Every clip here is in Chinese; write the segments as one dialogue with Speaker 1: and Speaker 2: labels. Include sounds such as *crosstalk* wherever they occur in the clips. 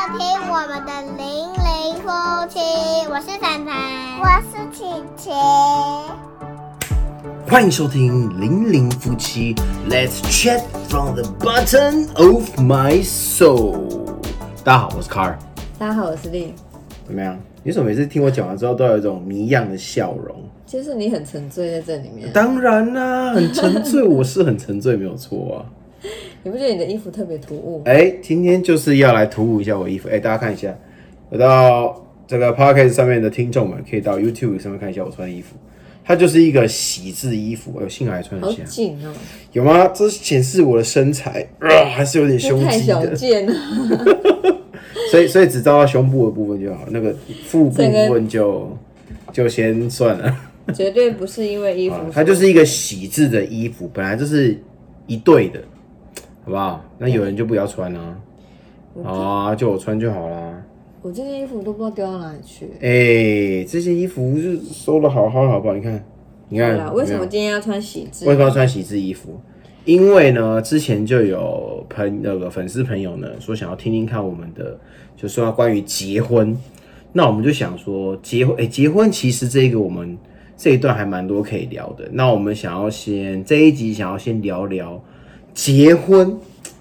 Speaker 1: 我们的零零夫妻，我是凡凡，
Speaker 2: 我是琪琪。
Speaker 3: 欢迎收听《零零夫妻》，Let's chat from the bottom of my soul。大家好，我是 Car，
Speaker 4: 大家好，我是丽。
Speaker 3: 怎么样？你怎么每次听我讲完之后都有一种谜样的笑容？
Speaker 4: 就是你很沉醉在这里面，
Speaker 3: 当然啦、很沉醉，我是很沉醉，没有错啊。 *laughs*
Speaker 4: 你不觉得你的衣服特别突兀？
Speaker 3: 哎、今天就是要来突兀一下我衣服。哎、大家看一下，我到这个 podcast 上面的听众们，可以到 YouTube 上面看一下我穿的衣服。它就是一个喜字衣服，哎呦，幸好还穿
Speaker 4: 好
Speaker 3: 得下，
Speaker 4: 紧哦、
Speaker 3: 有吗？这显示我的身材，啊、还是有点
Speaker 4: 这
Speaker 3: 胸
Speaker 4: 太
Speaker 3: 肌
Speaker 4: 小
Speaker 3: 的。
Speaker 4: 件了。
Speaker 3: *laughs* 所以所以只照到胸部的部分就好，那个腹部
Speaker 4: 整个
Speaker 3: 部分就就先算
Speaker 4: *laughs*
Speaker 3: 了。
Speaker 4: 绝对不是因为衣服
Speaker 3: 啊，它
Speaker 4: 所
Speaker 3: 就是一个喜字的衣服，本来就是一对的，好不好？那有人就不要穿啊，
Speaker 4: 嗯
Speaker 3: 好啊，就我穿就好啦。
Speaker 4: 我这件衣服都不知道丢到哪里去。
Speaker 3: 哎、这些衣服是收的好好的，好不好？你看，你看
Speaker 4: 对啊啦，，为什
Speaker 3: 有没
Speaker 4: 么
Speaker 3: 有
Speaker 4: 今天要穿喜字
Speaker 3: 为？什么要穿喜字衣服？因为呢，之前就有朋那个粉丝朋友呢说想要听听看我们的，就说要关于结婚，那我们就想说结婚，哎、结婚其实这个我们这一段还蛮多可以聊的。那我们想要先这一集想要先聊聊结婚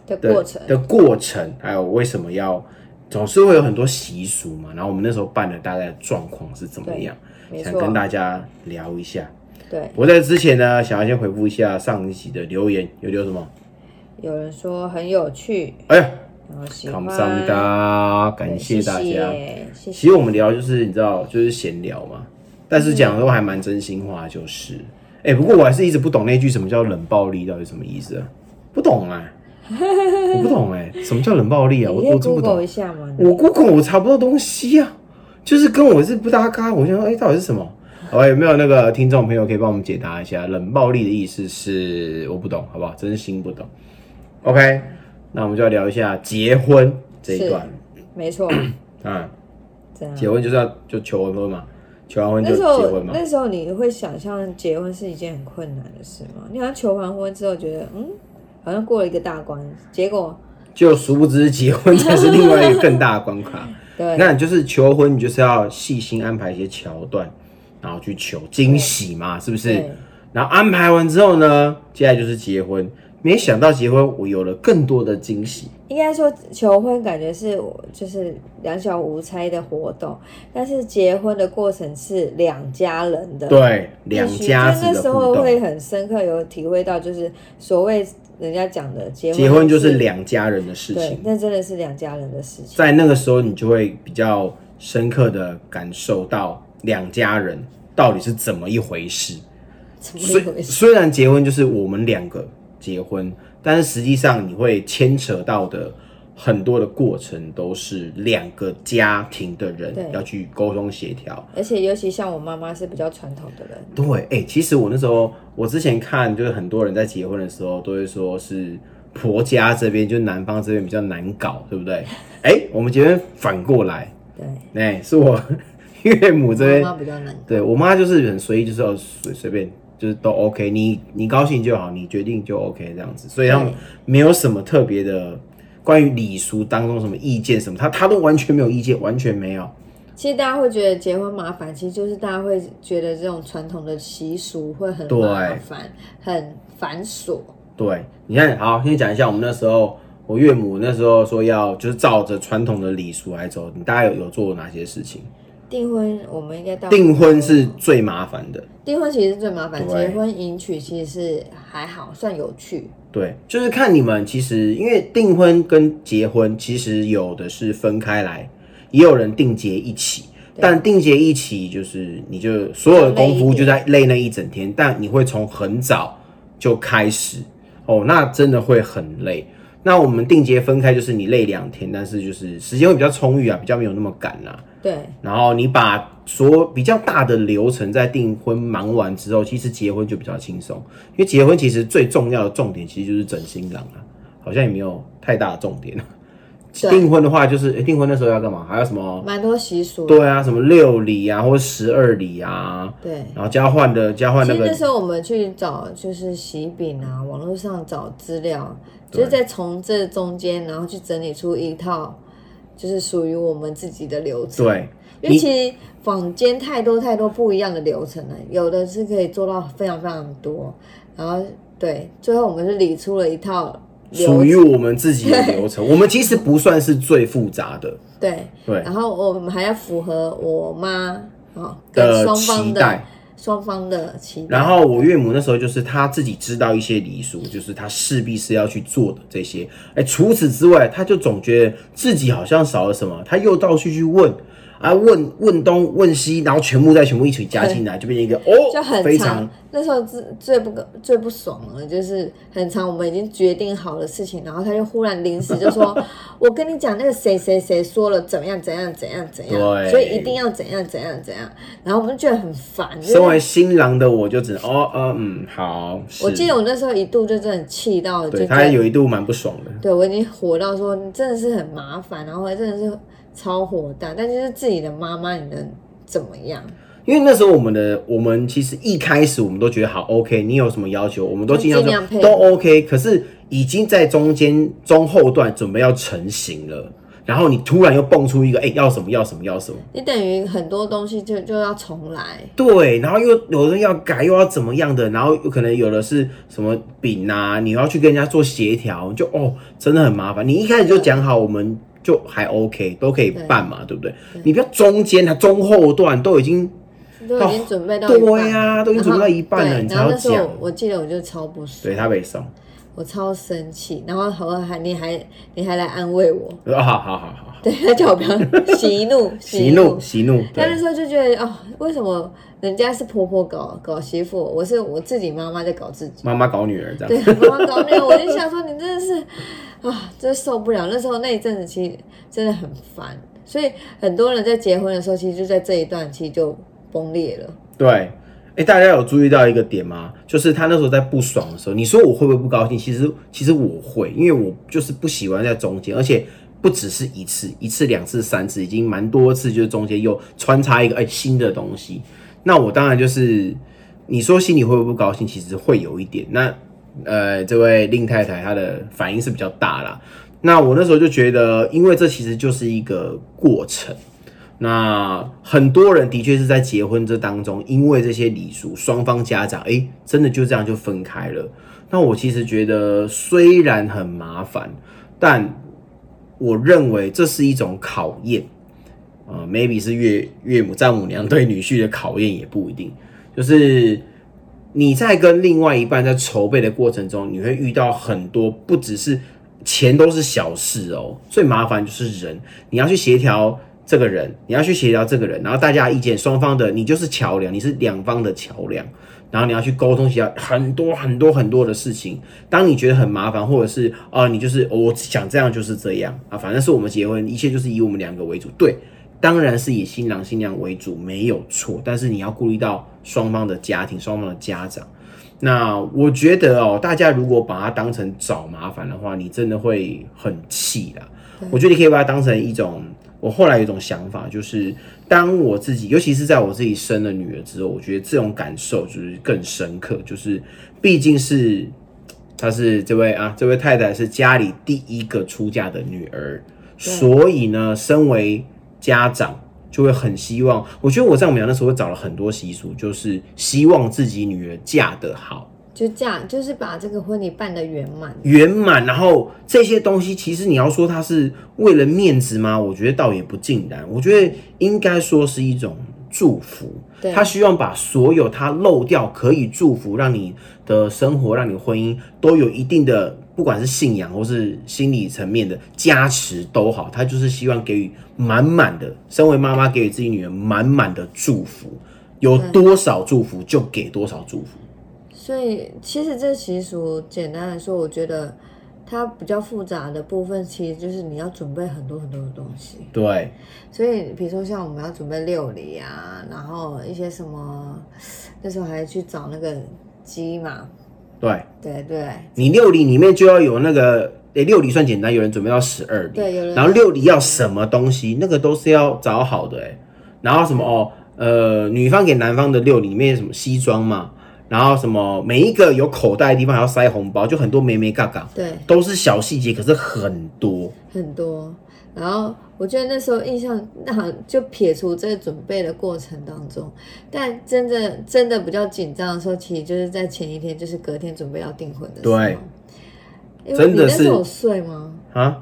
Speaker 4: 的
Speaker 3: 的
Speaker 4: 过程，
Speaker 3: 的过程，还有为什么要总是会有很多习俗嘛。然后我们那时候办的大概的状况是怎么样，
Speaker 4: 没
Speaker 3: 想
Speaker 4: 错，
Speaker 3: 跟大家聊一下。
Speaker 4: 对。
Speaker 3: 我在之前呢，想要先回复一下上一集的留言，有留什么？
Speaker 4: 有人说很有趣，
Speaker 3: 哎呀，
Speaker 4: 然后喜欢，
Speaker 3: 感上大，
Speaker 4: 对
Speaker 3: 感谢大家。
Speaker 4: 谢谢，
Speaker 3: 其
Speaker 4: 谢谢
Speaker 3: 实我们聊就是你知道，就是闲聊嘛，但是讲的都还蛮真心话，就是。哎、不过我还是一直不懂那句什么叫冷暴力到底什么意思啊？不懂啊，我不懂哎、什么叫冷暴力啊？我
Speaker 4: 你
Speaker 3: 我
Speaker 4: 可以
Speaker 3: 真不
Speaker 4: Google
Speaker 3: 懂
Speaker 4: 一。下嘛。
Speaker 3: 我 Google 我查不到东西啊，就是跟我是不搭嘎。我想说，哎、到底是什么？哦，有没有那个听众朋友可以帮我们解答一下？冷暴力的意思是我不懂，好不好？真心不懂。OK，那我们就要聊一下结婚这一段
Speaker 4: 没错，
Speaker 3: 啊、
Speaker 4: 这样。
Speaker 3: 结婚就是要就求婚嘛，求完婚就
Speaker 4: 那时
Speaker 3: 结
Speaker 4: 候
Speaker 3: 婚嘛。
Speaker 4: 那时候你会想象结婚是一件很困难的事吗？你好像求完婚之后觉得，嗯，好像过了一个大关，结果
Speaker 3: 就殊不知结婚才是另外一个更大的关卡。
Speaker 4: *laughs* 对
Speaker 3: 那你就是求婚，你就是要细心安排一些桥段，然后去求惊喜嘛，是不是
Speaker 4: 对？
Speaker 3: 然后安排完之后呢，接下来就是结婚。没想到结婚，我有了更多的惊喜。
Speaker 4: 应该说求婚感觉是我就是两小无猜的活动，但是结婚的过程是两家人的，，
Speaker 3: 对，两家
Speaker 4: 那
Speaker 3: 子的
Speaker 4: 时
Speaker 3: 互
Speaker 4: 候会
Speaker 3: 动。
Speaker 4: 很深刻有体会到，就是所谓人家讲的结婚
Speaker 3: 结婚就是两家人的事
Speaker 4: 对
Speaker 3: 情，，
Speaker 4: 那真的是两家人的事情，
Speaker 3: 在那个时候，你就会比较深刻的感受到两家人到底是怎么一回事。
Speaker 4: 怎么一
Speaker 3: 虽
Speaker 4: 回事？
Speaker 3: 虽然结婚就是我们两个结婚，但是实际上你会牵扯到的很多的过程都是两个家庭的人
Speaker 4: 对
Speaker 3: 要去沟通协调。
Speaker 4: 而且尤其像我妈妈是比较传统的人，
Speaker 3: 对，哎、其实我那时候我之前看，就是很多人在结婚的时候都会说是婆家这边，就是男方这边比较难搞，对不对？哎、我们这边反过来，
Speaker 4: 对，
Speaker 3: 哎、是我 *laughs* 岳母这边
Speaker 4: 妈妈比较难
Speaker 3: 对我妈就是很随意，就是要随随便，就是都 OK，你你高兴就好，你决定就 OK 这样子，所以他们
Speaker 4: 对
Speaker 3: 没有什么特别的关于礼俗当中什么意见什么，他他都完全没有意见，完全没有。
Speaker 4: 其实大家会觉得结婚麻烦，其实就是大家会觉得这种传统的习俗会很
Speaker 3: 对
Speaker 4: 麻烦、很繁琐。
Speaker 3: 对，你看，好，先讲一下我们那时候，我岳母那时候说要就是照着传统的礼俗来走，你大概有有做哪些事情？
Speaker 4: 订婚我们应该到
Speaker 3: 订婚是最麻烦的，
Speaker 4: 订婚其实是最麻烦，
Speaker 3: 对
Speaker 4: 结婚迎娶其实是还好，算有趣。
Speaker 3: 对，就是看你们其实，因为订婚跟结婚其实有的是分开来，也有人订结一起。
Speaker 4: 对
Speaker 3: 但订结一起就是你就所有的功夫就在累那一整天，但你会从很早就开始哦，那真的会很累。那我们订结分开就是你累两天，但是就是时间会比较充裕啊，比较没有那么赶啦、
Speaker 4: 对，
Speaker 3: 然后你把所有比较大的流程在订婚忙完之后，其实结婚就比较轻松，因为结婚其实最重要的重点其实就是整新郎啊，好像也没有太大的重点。
Speaker 4: 对
Speaker 3: 订婚的话就是，诶订婚那时候要干嘛？还有什么？
Speaker 4: 蛮多习俗。
Speaker 3: 对啊，什么六礼啊，或者十二礼啊，
Speaker 4: 对
Speaker 3: 然后交换的交换
Speaker 4: 其
Speaker 3: 那
Speaker 4: 实那
Speaker 3: 个，
Speaker 4: 时候我们去找就是喜饼啊，网络上找资料，
Speaker 3: 对
Speaker 4: 就是在从这中间，然后去整理出一套就是属于我们自己的流程。，
Speaker 3: 对，
Speaker 4: 因为
Speaker 3: 你
Speaker 4: 其实坊间太多太多不一样的流程了，有的是可以做到非常非常多，然后对，最后我们是理出了一套流
Speaker 3: 属于我们自己的流程，我们其实不算是最复杂的，
Speaker 4: 对， *laughs*
Speaker 3: 对
Speaker 4: 然后我们还要符合我妈哦跟
Speaker 3: 的
Speaker 4: 双
Speaker 3: 期
Speaker 4: 方
Speaker 3: 待
Speaker 4: 的。双方的期待，
Speaker 3: 然后我岳母那时候就是她自己知道一些礼俗，就是她势必是要去做的这些。哎，除此之外，她就总觉得自己好像少了什么，她又到处去问啊，问问东问西，然后全部再全部一起加进
Speaker 4: *laughs*
Speaker 3: 来，就变成一个哦，
Speaker 4: 就很
Speaker 3: 非
Speaker 4: 长
Speaker 3: 常。
Speaker 4: 那时候最最不最不爽了，就是很长，我们已经决定好的事情，然后他就忽然临时就
Speaker 3: *laughs*
Speaker 4: 说：“我跟你讲，那个谁谁谁说了怎么样怎样怎样怎样，
Speaker 3: 对
Speaker 4: 所以一定要怎样怎样怎样。”然后我们就觉得很烦。就是
Speaker 3: 身为新郎的我就只能哦呃嗯好，
Speaker 4: 我
Speaker 3: 是
Speaker 4: 记得我那时候一度就真的气到，就
Speaker 3: 对
Speaker 4: 觉
Speaker 3: 她
Speaker 4: 得
Speaker 3: 有一度蛮不爽的，
Speaker 4: 对我已经火到说你真的是很麻烦，然后真的是超火大，但就是自己的妈妈，你能怎么样？
Speaker 3: 因为那时候我们的我们其实一开始我们都觉得好 OK，你有什么要求我们都尽量
Speaker 4: 就尽量
Speaker 3: 说
Speaker 4: 配
Speaker 3: 都 OK，可是已经在中间中后段准备要成型了，然后你突然又蹦出一个哎、要什么要什么要什么，
Speaker 4: 你等于很多东西就就要重来。
Speaker 3: 对，然后又有人要改又要怎么样的，然后有可能有的是什么饼啊，你要去跟人家做协调，就哦真的很麻烦。你一开始就讲好我们。就还 OK，都可以办嘛，对不对？你不要中间啊，中后段都已经
Speaker 4: 都已经准备到一半了，
Speaker 3: 对呀都已经准备到一半了
Speaker 4: 然后
Speaker 3: 你
Speaker 4: 对
Speaker 3: 才要
Speaker 4: 然后那时候
Speaker 3: 讲
Speaker 4: 我记得我就超不爽，
Speaker 3: 对他被送，哦
Speaker 4: 我超生气，然后我还你还你还来安慰我， *laughs*
Speaker 3: 我说好好好好好，
Speaker 4: 对，他叫我不要息
Speaker 3: *laughs*
Speaker 4: 怒
Speaker 3: 息怒。息怒，
Speaker 4: 但那
Speaker 3: 对
Speaker 4: 时候就觉得哦，为什么人家是婆婆搞搞媳妇，我是我自己妈妈在
Speaker 3: *laughs*
Speaker 4: 搞自己？
Speaker 3: 妈妈搞女儿这
Speaker 4: 对
Speaker 3: 样，，
Speaker 4: 妈妈搞那个，我就想说你真的是啊，真受不了。那时候那一阵子其实真的很烦，所以很多人在结婚的时候，其实就在这一段期就崩裂了。
Speaker 3: 对。哎、大家有注意到一个点吗？就是他那时候在不爽的时候，你说我会不会不高兴？其实其实我会，因为我就是不喜欢在中间，而且不只是一次，一次、两次、三次，已经蛮多次，就是中间又穿插一个哎、新的东西。那我当然就是你说心里会不会不高兴？其实会有一点。那呃，这位令太太她的反应是比较大啦。那我那时候就觉得，因为这其实就是一个过程。那很多人的确是在结婚这当中，因为这些礼俗，双方家长哎、诶真的就这样就分开了。那我其实觉得，虽然很麻烦，但我认为这是一种考验。呃，maybe 是岳岳母、丈母娘对女婿的考验也不一定。就是你在跟另外一半在筹备的过程中，你会遇到很多不只是钱都是小事哦，最麻烦就是人，你要去协调这个人，你要去协调这个人，然后大家意见双方的，你就是桥梁，你是两方的桥梁。然后你要去沟通协调很多很多很多的事情。当你觉得很麻烦，或者是啊、你就是、哦我想这样就是这样啊，反正是我们结婚，一切就是以我们两个为主。对，当然是以新郎新娘为主，没有错。但是你要顾虑到双方的家庭、双方的家长。那我觉得哦，大家如果把它当成找麻烦的话，你真的会很气啦。我觉得你可以把它当成一种，我后来有一种想法，就是当我自己，尤其是在我自己生了女儿之后，我觉得这种感受就是更深刻，就是毕竟是她是这位啊，这位太太是家里第一个出嫁的女儿，所以呢，身为家长就会很希望，我觉得我丈母娘那时候找了很多习俗，就是希望自己女儿嫁得好。
Speaker 4: 就这样，就是把这个婚礼办得圆满。
Speaker 3: 圆满，然后这些东西，其实你要说它是为了面子吗？我觉得倒也不尽然，我觉得应该说是一种祝福。
Speaker 4: 对
Speaker 3: 他希望把所有他漏掉可以祝福，让你的生活、让你婚姻都有一定的，不管是信仰或是心理层面的加持都好，他就是希望给予满满的，身为妈妈给予自己女儿满满的祝福，有多少祝福就给多少祝福。
Speaker 4: 所以其实这习俗，简单来说，我觉得它比较复杂的部分，其实就是你要准备很多很多的东西。
Speaker 3: 对，
Speaker 4: 所以比如说像我们要准备六礼啊，然后一些什么，那时候还去找那个鸡嘛，
Speaker 3: 对。
Speaker 4: 对对
Speaker 3: 你六礼里面就要有那个，诶、六礼算简单，有人准备到十二礼，
Speaker 4: 对有人
Speaker 3: 然后六礼要什么东西，那个都是要找好的、诶然后什么哦，呃，女方给男方的六礼里面有什么西装嘛，然后什么每一个有口袋的地方还要塞红包，就很多眉眉嘎嘎，
Speaker 4: 对，
Speaker 3: 都是小细节，可是很多，
Speaker 4: 很多。然后我觉得那时候印象，那好像就撇除这个准备的过程当中，但真的真的比较紧张的时候，其实就是在前一天，就是隔天准备要订婚的时候。
Speaker 3: 对，
Speaker 4: 因为
Speaker 3: 真
Speaker 4: 你
Speaker 3: 的
Speaker 4: 那
Speaker 3: 是
Speaker 4: 时候有睡吗？
Speaker 3: 啊，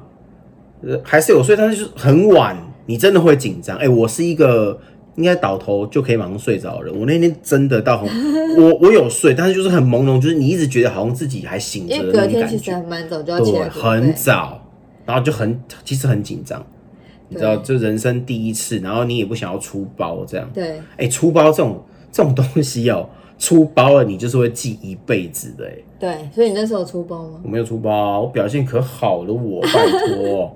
Speaker 3: 呃还是有睡，但是就是很晚，你真的会紧张。哎、我是一个应该倒头就可以马上睡着的人，我那天真的
Speaker 4: *laughs*
Speaker 3: 到很，我我有睡，但是就是很朦胧，就是你一直觉得好像自己还醒着
Speaker 4: 因为
Speaker 3: 的
Speaker 4: 隔
Speaker 3: 那种
Speaker 4: 天
Speaker 3: 感
Speaker 4: 其实还
Speaker 3: 觉，
Speaker 4: 蛮早就要起
Speaker 3: 对，
Speaker 4: 来准备，
Speaker 3: 很早，然后就很其实很紧张，你知道，这人生第一次，然后你也不想要出包这样，
Speaker 4: 对，
Speaker 3: 哎、出包这种这种东西哦、出包了你就是会记一辈子的、哎。
Speaker 4: 对，所以你那时候有出包吗？
Speaker 3: 我没有出包啊，我表现可好了我，拜托。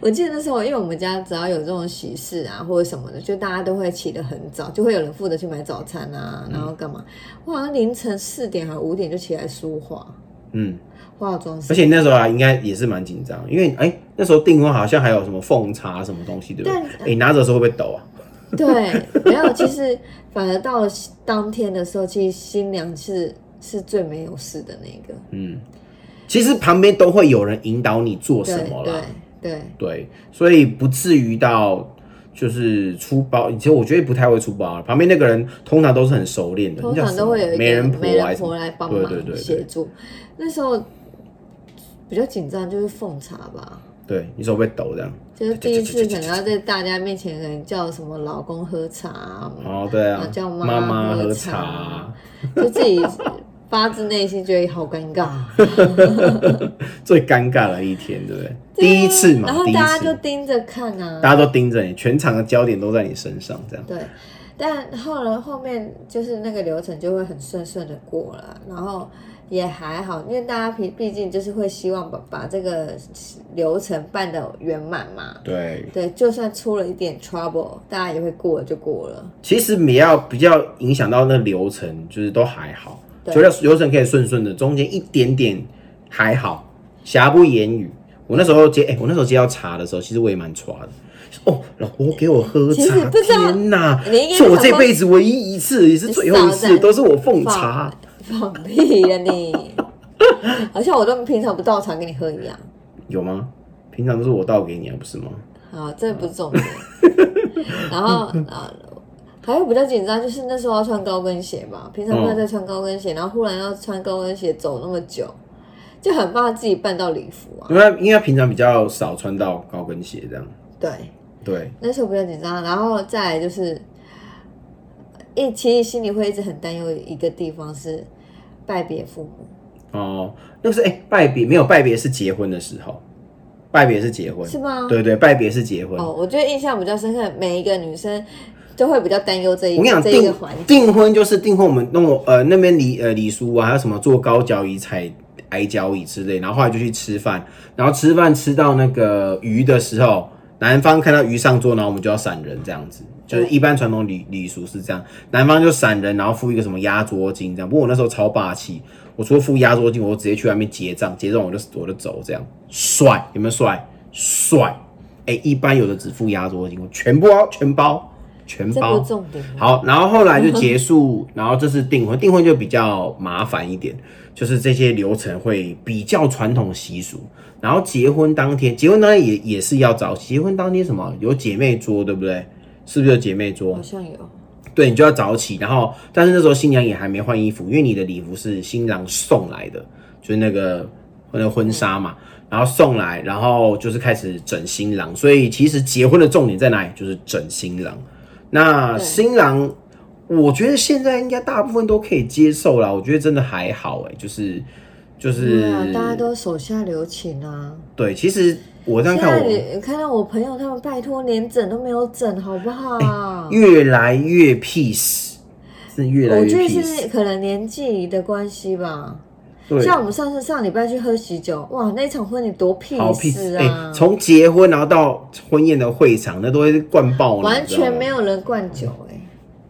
Speaker 4: 我记得那时候，因为我们家只要有这种喜事啊或者什么的，就大家都会起得很早，就会有人负责去买早餐啊，
Speaker 3: 嗯
Speaker 4: 然后干嘛？我好像凌晨四点还五点就起来梳化
Speaker 3: 嗯，
Speaker 4: 化妆
Speaker 3: 而
Speaker 4: 师。
Speaker 3: 且那时候啊，应该也是蛮紧张，因为哎、那时候订婚好像还有什么奉茶什么东西，对不对？哎、
Speaker 4: 但
Speaker 3: 你拿着的时候会不会抖啊？
Speaker 4: 对，没有，其实反而到了当天的时候，其实新娘是是最没有事的那一个。
Speaker 3: 嗯，其实旁边都会有人引导你做什么啦
Speaker 4: 对，对对
Speaker 3: 对，所以不至于到就是出包。其实我觉得不太会出包啊，旁边那个人通常都是很熟练的，
Speaker 4: 通常都会有一个
Speaker 3: 没人婆啊什么
Speaker 4: 婆来帮忙
Speaker 3: 对对对对
Speaker 4: 协助。那时候比较紧张就是奉茶吧，
Speaker 3: 对你手会不会抖这样。
Speaker 4: 就是第一次可能要在大家面前可能叫什么老公喝茶啊，
Speaker 3: 哦，对啊
Speaker 4: 啊，叫妈
Speaker 3: 妈妈
Speaker 4: 喝
Speaker 3: 喝
Speaker 4: 茶
Speaker 3: 茶，啊
Speaker 4: 就自己发自内心觉得好尴尬。
Speaker 3: 最尴尬的一天，对不对？第一次嘛，
Speaker 4: 啊然后
Speaker 3: 第一
Speaker 4: 大家就
Speaker 3: 次，
Speaker 4: 盯着看啊，
Speaker 3: 大家都盯着你，全场的焦点都在你身上，这样。
Speaker 4: 对，但后来后面就是那个流程就会很顺顺的过了，然后也还好，因为大家毕毕竟就是会希望把把这个流程办得圆满嘛。
Speaker 3: 对，
Speaker 4: 对，就算出了一点 trouble，大家也会过了就过了。
Speaker 3: 其实你要比较影响到那流程，就是都还好，
Speaker 4: 对
Speaker 3: 就让流程可以顺顺的，中间一点点还好，瑕不掩瑜。我那时候接，哎、我那时候接到茶的时候，其实我也蛮抓的。哦，老婆给我喝
Speaker 4: 其实
Speaker 3: 茶，
Speaker 4: 不知道
Speaker 3: 天哪！
Speaker 4: 你应该
Speaker 3: 是我
Speaker 4: 想
Speaker 3: 这
Speaker 4: 说
Speaker 3: 辈子唯一一次，也是最后一
Speaker 4: 你少
Speaker 3: 次，
Speaker 4: 在
Speaker 3: 都是我奉茶。
Speaker 4: 放屁了你！ *laughs* 好像我都平常不倒茶给你喝一样。
Speaker 3: 有吗？平常都是我倒给你啊，不是吗？
Speaker 4: 好，这不是重
Speaker 3: *laughs*
Speaker 4: 点。然后啊，还有比较紧张就是那时候要穿高跟鞋嘛，平常不会再穿高跟
Speaker 3: 嗯
Speaker 4: 鞋，然后忽然要穿高跟鞋走那么久，就很怕自己绊到礼服啊。
Speaker 3: 因为因为平常比较少穿到高跟鞋这样。
Speaker 4: 对，
Speaker 3: 对，
Speaker 4: 那时候比较紧张，然后再来就是，一其实心里会一直很担忧一个地方是拜别父母。
Speaker 3: 哦，那个是哎、拜别没有拜别是结婚的时候，拜别是结婚
Speaker 4: 是吗
Speaker 3: 对对，拜别是结婚。
Speaker 4: 哦，我觉得印象比较深刻，每一个女生都会比较担忧这一
Speaker 3: 我跟你讲，
Speaker 4: 这一
Speaker 3: 订
Speaker 4: 个环节。
Speaker 3: 订婚就是订婚，我们弄呃那边礼呃礼俗啊，还有什么做高脚椅、踩矮脚椅之类，然后后来就去吃饭，然后吃饭吃到那个鱼的时候，男方看到鱼上桌，然后我们就要闪人这样子，就是一般传统礼礼俗是这样，男方就闪人，然后付一个什么压桌金这样。不过我那时候超霸气，我除了付压桌金，我直接去外面结账，结账我就我就走这样，帅有没有帅？帅！哎、一般有的只付压桌金，我全部包全包全
Speaker 4: 这
Speaker 3: 包
Speaker 4: 不。重点吗，
Speaker 3: 好，然后后来就结束，然后这是订婚，订婚就比较麻烦一点，就是这些流程会比较传统习俗。然后结婚当天，结婚当天也也是要找，结婚当天什么有姐妹桌，对不对？是不是有姐妹桌
Speaker 4: 好？像有。
Speaker 3: 对，你就要早起。然后，但是那时候新娘也还没换衣服，因为你的礼服是新郎送来的，就是那个那个婚纱嘛，然后送来，然后就是开始整新郎。所以其实结婚的重点在哪里？就是整新郎。那
Speaker 4: 对
Speaker 3: 新郎，我觉得现在应该大部分都可以接受啦。我觉得真的还好、欸，就是就是
Speaker 4: 对啊，大家都手下留情啊！
Speaker 3: 对。其实我这样
Speaker 4: 现
Speaker 3: 看
Speaker 4: 在
Speaker 3: 我，
Speaker 4: 你看到我朋友他们，拜托连整都没有整，好不好？
Speaker 3: 越来越 peace，是哎越来
Speaker 4: 我
Speaker 3: 越
Speaker 4: 觉得
Speaker 3: peace
Speaker 4: 是。可能年纪的关系吧。
Speaker 3: 对。
Speaker 4: 像我们上次上礼拜去喝喜酒，哇，那一场婚礼多屁
Speaker 3: 好屁
Speaker 4: 事
Speaker 3: 哎
Speaker 4: 啊！！
Speaker 3: 从、结婚然后到婚宴的会场，那都会灌爆你，
Speaker 4: 完
Speaker 3: 你知道
Speaker 4: 全
Speaker 3: 吗
Speaker 4: 没有人灌酒哎、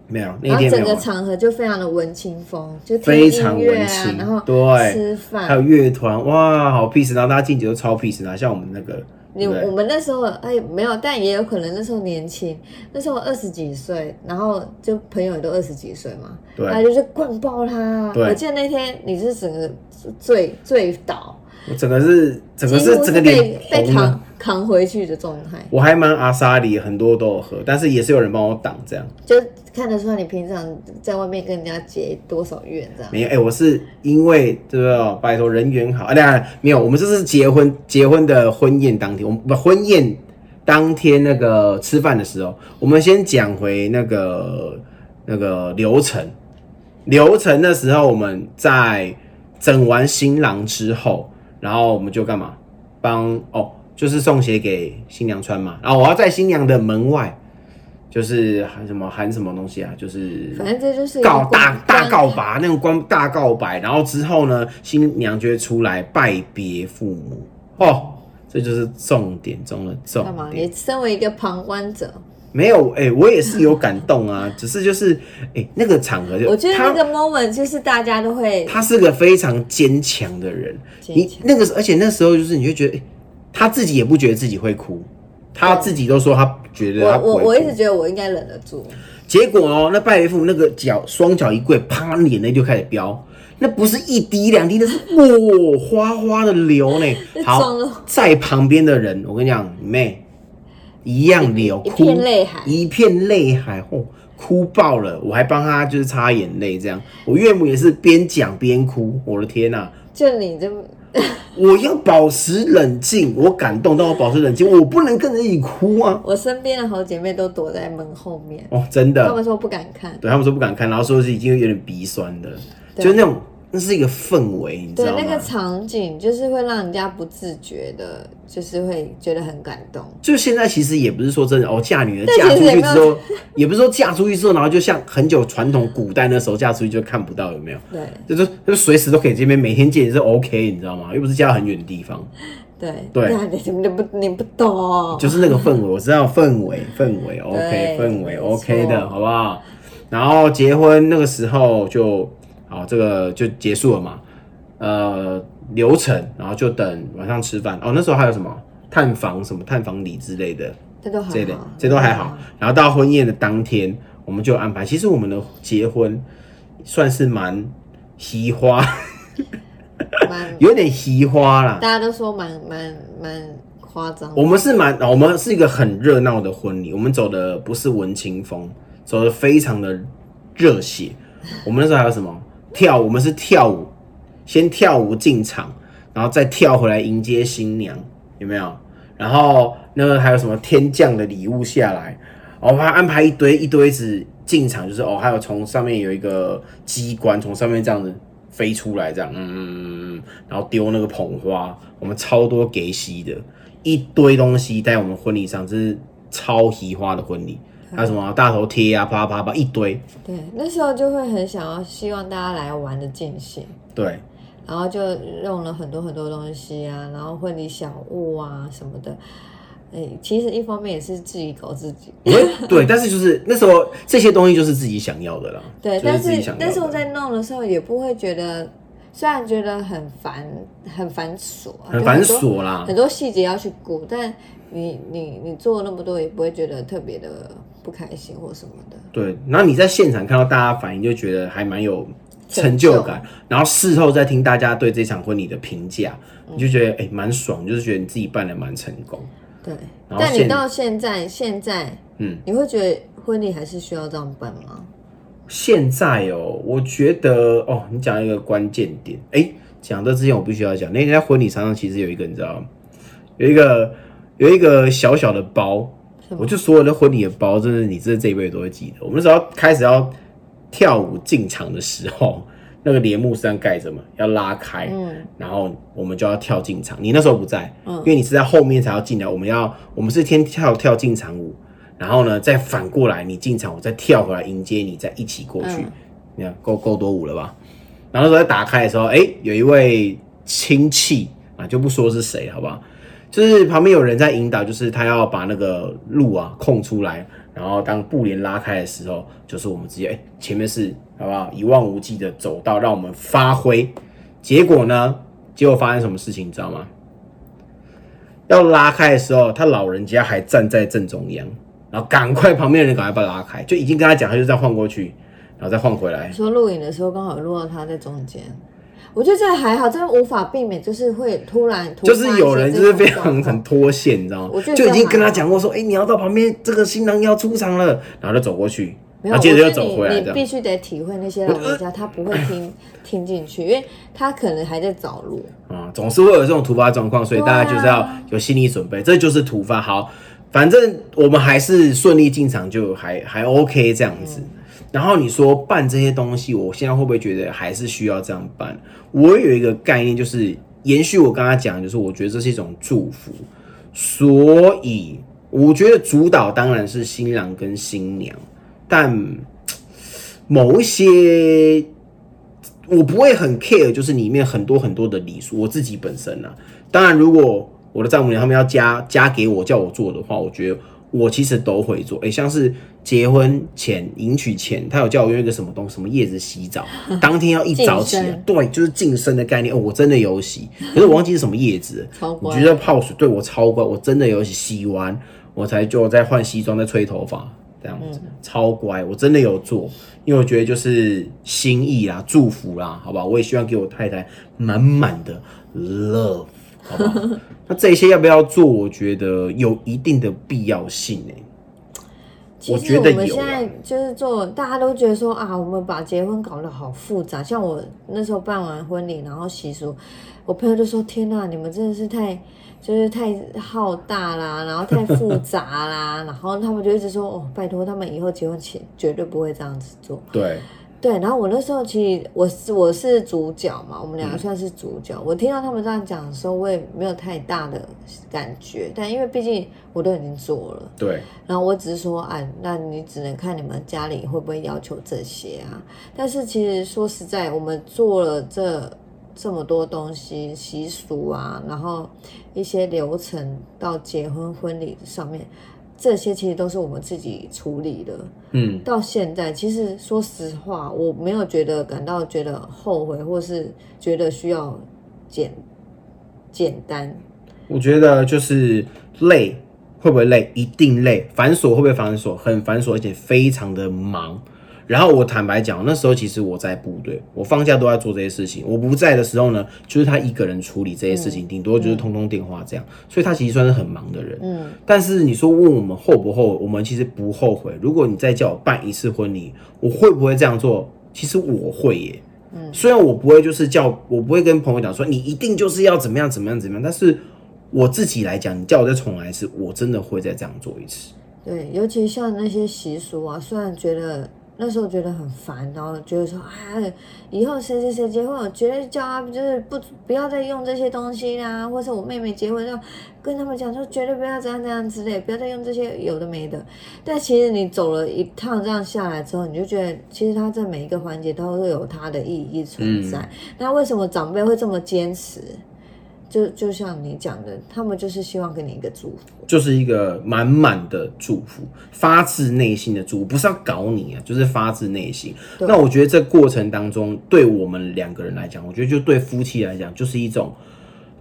Speaker 3: 没有那一
Speaker 4: 然后
Speaker 3: 天没有啊
Speaker 4: 整个
Speaker 3: 玩，
Speaker 4: 场合就非常的文青风，就听
Speaker 3: 非常
Speaker 4: 音乐
Speaker 3: 文
Speaker 4: 啊
Speaker 3: 青，，
Speaker 4: 然后
Speaker 3: 对，
Speaker 4: 吃
Speaker 3: 还有
Speaker 4: 饭。
Speaker 3: 乐团，哇，好 peace，然后大家敬酒都超 peace，然后像我们那个，
Speaker 4: 你
Speaker 3: 对不对
Speaker 4: 我们那时候哎没有，但也有可能那时候年轻，那时候二十几岁，然后就朋友也都二十几岁嘛，他
Speaker 3: 对，
Speaker 4: 就是灌爆他。
Speaker 3: 对
Speaker 4: 我记得那天你是整个醉醉倒，
Speaker 3: 我整个是整个
Speaker 4: 几
Speaker 3: 是
Speaker 4: 乎
Speaker 3: 整个
Speaker 4: 被
Speaker 3: 脸
Speaker 4: 被
Speaker 3: 红
Speaker 4: 扛
Speaker 3: 了，
Speaker 4: 扛回去的状态，
Speaker 3: 我还蛮阿莎里，很多都有喝，但是也是有人帮我挡这样。
Speaker 4: 就看得出来你平常在外面跟人家结多少怨这样。
Speaker 3: 没有，哎、我是因为这个拜托人缘好，啊，当然没有，我们这是结婚结婚的婚宴当天，我们不婚宴当天那个吃饭的时候，我们先讲回那个那个流程。流程的时候，我们在整完新郎之后，然后我们就干嘛？帮哦，就是送鞋给新娘穿嘛。然后我要在新娘的门外，就是喊什么喊什么东西啊？就是
Speaker 4: 反正这就是一个
Speaker 3: 告
Speaker 4: 光
Speaker 3: 大大
Speaker 4: 光
Speaker 3: 告白那种光大告白，然后之后呢，新娘就会出来拜别父母哦，这就是重点中的重
Speaker 4: 干嘛？
Speaker 3: 点。
Speaker 4: 你身为一个旁观者，
Speaker 3: 没有哎、我也是有感动啊， *laughs* 只是就是哎、那个场合就
Speaker 4: 我觉得那
Speaker 3: 他
Speaker 4: 个 moment 就是大家都会
Speaker 3: 他是个非常坚强的人，
Speaker 4: 坚
Speaker 3: 你
Speaker 4: 强
Speaker 3: 那个而且那时候就是你就觉得、哎，他自己也不觉得自己会哭，他自己都说他觉得他
Speaker 4: 我
Speaker 3: 不
Speaker 4: 我
Speaker 3: 会
Speaker 4: 我一
Speaker 3: 哭
Speaker 4: 直觉得我应该忍得住，
Speaker 3: 结果哦，那拜别父母那个脚双脚一跪，啪，眼泪就开始飙。那不是一滴两滴，那是哇哗哗的流
Speaker 4: *laughs*
Speaker 3: 呢。好
Speaker 4: 撞了，
Speaker 3: 在旁边的人，我跟你讲，妹一样流，
Speaker 4: 一
Speaker 3: 哭
Speaker 4: 片泪海
Speaker 3: 一片泪海，哦，哭爆了。我还帮他就是擦眼泪，这样。我岳母也是边讲边哭，我的天呐、啊
Speaker 4: 就你就
Speaker 3: 我要保持冷静，我感动，但我保持冷静，我不能跟着一起哭啊！
Speaker 4: 我身边的好姐妹都躲在门后面，
Speaker 3: 哦，真的，
Speaker 4: 她们说不敢看。
Speaker 3: 对他们说不敢看，然后说是已经有点鼻酸的，
Speaker 4: 对
Speaker 3: 就是那种那是一个氛围，你知
Speaker 4: 对
Speaker 3: 道吗？
Speaker 4: 那个场景，就是会让人家不自觉的，就是会觉得很感动。
Speaker 3: 就现在其实也不是说真的哦，嫁女儿
Speaker 4: 但
Speaker 3: 嫁
Speaker 4: 其
Speaker 3: 出
Speaker 4: 实也
Speaker 3: 去
Speaker 4: 没
Speaker 3: 之
Speaker 4: 有
Speaker 3: 后，也不是说嫁出去之后，然后就像很久传统古代那时候嫁出去就看不到有没有，
Speaker 4: 对
Speaker 3: 就是就随时都可以见面，每天见也是 OK，你知道吗？又不是嫁到很远的地方，
Speaker 4: 对
Speaker 3: 对
Speaker 4: 那你你不你不懂，
Speaker 3: 就是那个氛围，我知道氛围氛围 OK 氛围
Speaker 4: 没
Speaker 3: OK 的
Speaker 4: 错
Speaker 3: 好不好？然后结婚那个时候就好，这个就结束了嘛，呃，流程，然后就等晚上吃饭哦。那时候还有什么探访什么探访礼之类的，
Speaker 4: 这都还
Speaker 3: 这类
Speaker 4: 好，
Speaker 3: 这都还好。。然后到婚宴的当天，我们就有安排。其实我们的结婚算是蛮稀花，
Speaker 4: 蛮
Speaker 3: 有点稀花啦
Speaker 4: 大。家都说蛮蛮蛮夸张的，
Speaker 3: 我们是蛮，我们是一个很热闹的婚礼，我们走的不是文青风，走的非常的热血。我们那时候还有什么跳舞？我们是跳舞，先跳舞进场，然后再跳回来迎接新娘，有没有？然后那个还有什么天降的礼物下来，哦，还安排一堆一堆子进场，就是哦，还有从上面有一个机关从上面这样子飞出来，这样，嗯嗯嗯嗯，然后丢那个捧花，我们超多给息的，一堆东西在我们婚礼上，这是超喜花的婚礼，
Speaker 4: 嗯
Speaker 3: 还有什么大头贴啊，啪啪啪一堆，
Speaker 4: 对，那时候就会很想要希望大家来玩的尽兴，
Speaker 3: 对，
Speaker 4: 然后就用了很多很多东西啊，然后婚礼小物啊什么的。哎、其实一方面也是自己搞自己，
Speaker 3: 我会对，但是就是那时候这些东西就是自己想要的啦，
Speaker 4: 对，
Speaker 3: 就是
Speaker 4: 但
Speaker 3: 自己想
Speaker 4: 是
Speaker 3: 要的
Speaker 4: 但是我在弄的时候也不会觉得，虽然觉得很烦很繁琐啊，
Speaker 3: 很
Speaker 4: 就
Speaker 3: 繁
Speaker 4: 多
Speaker 3: 琐啦
Speaker 4: 很，多细节要去顾，但你你你做了那么多也不会觉得特别的不开心或什么的。
Speaker 3: 对，然后你在现场看到大家反应，就觉得还蛮有成
Speaker 4: 成
Speaker 3: 就
Speaker 4: 就
Speaker 3: 感。然后事后再听大家对这场婚礼的评价，
Speaker 4: 嗯
Speaker 3: 你就觉得哎蛮、爽，就是觉得你自己办的蛮成功。
Speaker 4: 对，
Speaker 3: 然后
Speaker 4: 但
Speaker 3: 现
Speaker 4: 你到现在现在，
Speaker 3: 嗯，
Speaker 4: 你会觉得婚礼还是需要这样办吗？
Speaker 3: 现在哦，我觉得哦，你讲一个关键点，哎、讲这之前我必须要讲，那天在婚礼场上其实有一个你知道吗？有一个有一个小小的包，
Speaker 4: 什么
Speaker 3: 我就所有的婚礼的包，真的你真的这一辈子都会记得。我们那时候开始要跳舞进场的时候，那个帘幕是这样盖着嘛，要拉开，
Speaker 4: 嗯，
Speaker 3: 然后我们就要跳进场。你那时候不在，
Speaker 4: 嗯
Speaker 3: 因为你是在后面才要进来。我们要，我们是先跳跳进场舞，然后呢再反过来你进场，我再跳回来迎接你，再一起过去。
Speaker 4: 嗯
Speaker 3: 你看够够多舞了吧？然后那时候在打开的时候，哎、有一位亲戚啊，就不说是谁，好不好？就是旁边有人在引导，就是他要把那个路啊空出来，然后当布帘拉开的时候，就是我们直接哎、前面是好不好一望无际的走道，让我们发挥。结果呢，结果发生什么事情你知道吗？要拉开的时候，他老人家还站在正中央，然后赶快旁边的人赶快把他拉开，就已经跟他讲，他就这样晃过去，然后再晃回来
Speaker 4: 你。说录影的时候刚好录到他在中间，我觉得这个还好，真的无法避免，就是会突然突
Speaker 3: 就是有人就是非常很
Speaker 4: 很
Speaker 3: 脱线，你知道吗
Speaker 4: 我觉？得
Speaker 3: 就已
Speaker 4: 这样
Speaker 3: 经跟他
Speaker 4: 还好
Speaker 3: 讲过说，哎、你要到旁边，这个新郎要出场了，然后就走过去，
Speaker 4: 没
Speaker 3: 然
Speaker 4: 有，
Speaker 3: 后
Speaker 4: 我
Speaker 3: 接
Speaker 4: 觉
Speaker 3: 着
Speaker 4: 得
Speaker 3: 又走回来
Speaker 4: 你
Speaker 3: 这
Speaker 4: 你必
Speaker 3: 样。呃
Speaker 4: 须得体会那些老人家，他不会听听进去，因为他可能还在找路。
Speaker 3: 啊、总是会有这种突发状况，所以
Speaker 4: 对
Speaker 3: 大
Speaker 4: 啊
Speaker 3: 家就是要有心理准备，这就是突发。好，反正我们还是顺利进场，就还还 OK 这样子。
Speaker 4: 嗯
Speaker 3: 然后你说办这些东西，我现在会不会觉得还是需要这样办？我有一个概念，就是延续我刚刚讲的，就是我觉得这是一种祝福，所以我觉得主导当然是新郎跟新娘，但某一些我不会很 care，就是里面很多很多的礼数，我自己本身啊，当然如果我的丈母娘他们要加加给我叫我做的话，我觉得我其实都会做。诶，像是结婚前迎娶前，他有叫我用一个什么东什么叶子洗澡，当天要一早起来
Speaker 4: 净身，
Speaker 3: 对，就是净身的概念。哦，我真的有洗，可是我忘记是什么叶子了，
Speaker 4: 超乖
Speaker 3: 我觉得泡水对我超乖，我真的有洗完，我才就再换西装再吹头发这样子，超乖，我真的有做，因为我觉得就是心意啦、祝福啦，好吧，我也希望给我太太满满的 love，好不好？那这些要不要做？我觉得有一定的必要性欸诶、
Speaker 4: 其
Speaker 3: 我觉
Speaker 4: 实我
Speaker 3: 得
Speaker 4: 们
Speaker 3: 有
Speaker 4: 现在
Speaker 3: 啊
Speaker 4: 就是做，大家都觉得说啊，我们把结婚搞得好复杂。像我那时候办完婚礼，然后习俗，我朋友就说：“天呐，你们真的是太就是太浩大啦，然后太复杂啦。” *laughs* 然后他们就一直说：“哦，拜托，他们以后结婚前绝对不会这样子做。”
Speaker 3: 对，
Speaker 4: 对，然后我那时候其实我是我是主角嘛，我们两个算是主角。我听到他们这样讲的时候，我也没有太大的感觉，但因为毕竟我都已经做了，
Speaker 3: 对，
Speaker 4: 然后我只是说，哎，那你只能看你们家里会不会要求这些啊。但是其实说实在，我们做了这这么多东西，习俗啊，然后一些流程到结婚婚礼上面，这些其实都是我们自己处理的。
Speaker 3: 嗯，
Speaker 4: 到现在，其实说实话，我没有觉得感到觉得后悔，或是觉得需要简简单。
Speaker 3: 我觉得就是累，会不会累？一定累。繁琐会不会繁琐？很繁琐，而且非常的忙。然后我坦白讲，那时候其实我在部队，我放假都在做这些事情。我不在的时候呢，就是他一个人处理这些事情，顶、多就是通通电话这样。所以他其实算是很忙的人。
Speaker 4: 嗯，
Speaker 3: 但是你说问我们后不后悔，我们其实不后悔。如果你再叫我办一次婚礼，我会不会这样做？其实我会耶。嗯，虽然我不会就是叫我不会跟朋友讲说你一定就是要怎么样怎么样怎么样，但是我自己来讲，你叫我再重来一次，我真的会再这样做一次。
Speaker 4: 对，尤其像那些习俗啊，虽然觉得那时候觉得很烦，然后觉得说，哎，以后谁谁谁结婚，我绝对叫他就是不不要再用这些东西啦，或者我妹妹结婚要跟他们讲说，绝对不要怎样怎样之类，不要再用这些有的没的。但其实你走了一趟这样下来之后，你就觉得其实它在每一个环节它都有它的意义存在。那为什么长辈会这么坚持？就就像你讲的，他们就是希望给你一个祝福。
Speaker 3: 就是一个满满的祝福，发自内心的祝福，不是要搞你啊，就是发自内心。
Speaker 4: 对
Speaker 3: 那我觉得这过程当中，对我们两个人来讲，我觉得就对夫妻来讲，就是一种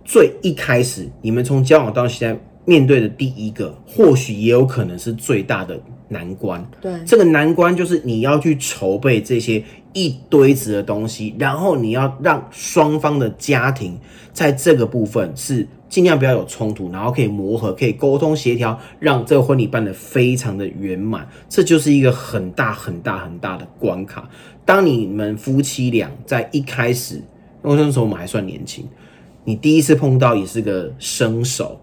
Speaker 3: 最一开始你们从交往到现在面对的第一个，或许也有可能是最大的难关。
Speaker 4: 对，
Speaker 3: 这个难关就是你要去筹备这些一堆子的东西，然后你要让双方的家庭在这个部分是尽量不要有冲突，然后可以磨合，可以沟通协调，让这个婚礼办得非常的圆满。这就是一个很大很大很大的关卡。当你们夫妻俩在一开始，因为那时候我们还算年轻，你第一次碰到也是个生手，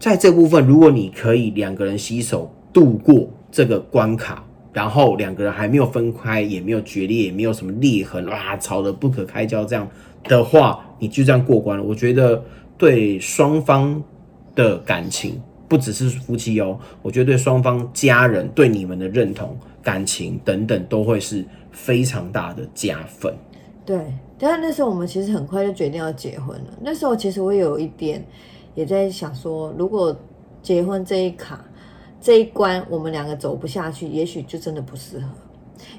Speaker 3: 在这部分，如果你可以两个人携手度过这个关卡，然后两个人还没有分开，也没有决裂，也没有什么裂痕，哇，吵得不可开交，这样的话，你就这样过关了。我觉得对双方的感情，不只是夫妻哦，我觉得对双方家人对你们的认同、感情等等，都会是非常大的加分。
Speaker 4: 对，但是那时候我们其实很快就决定要结婚了。那时候其实我有一点也在想说，如果结婚这一卡这一关我们两个走不下去，也许就真的不适合。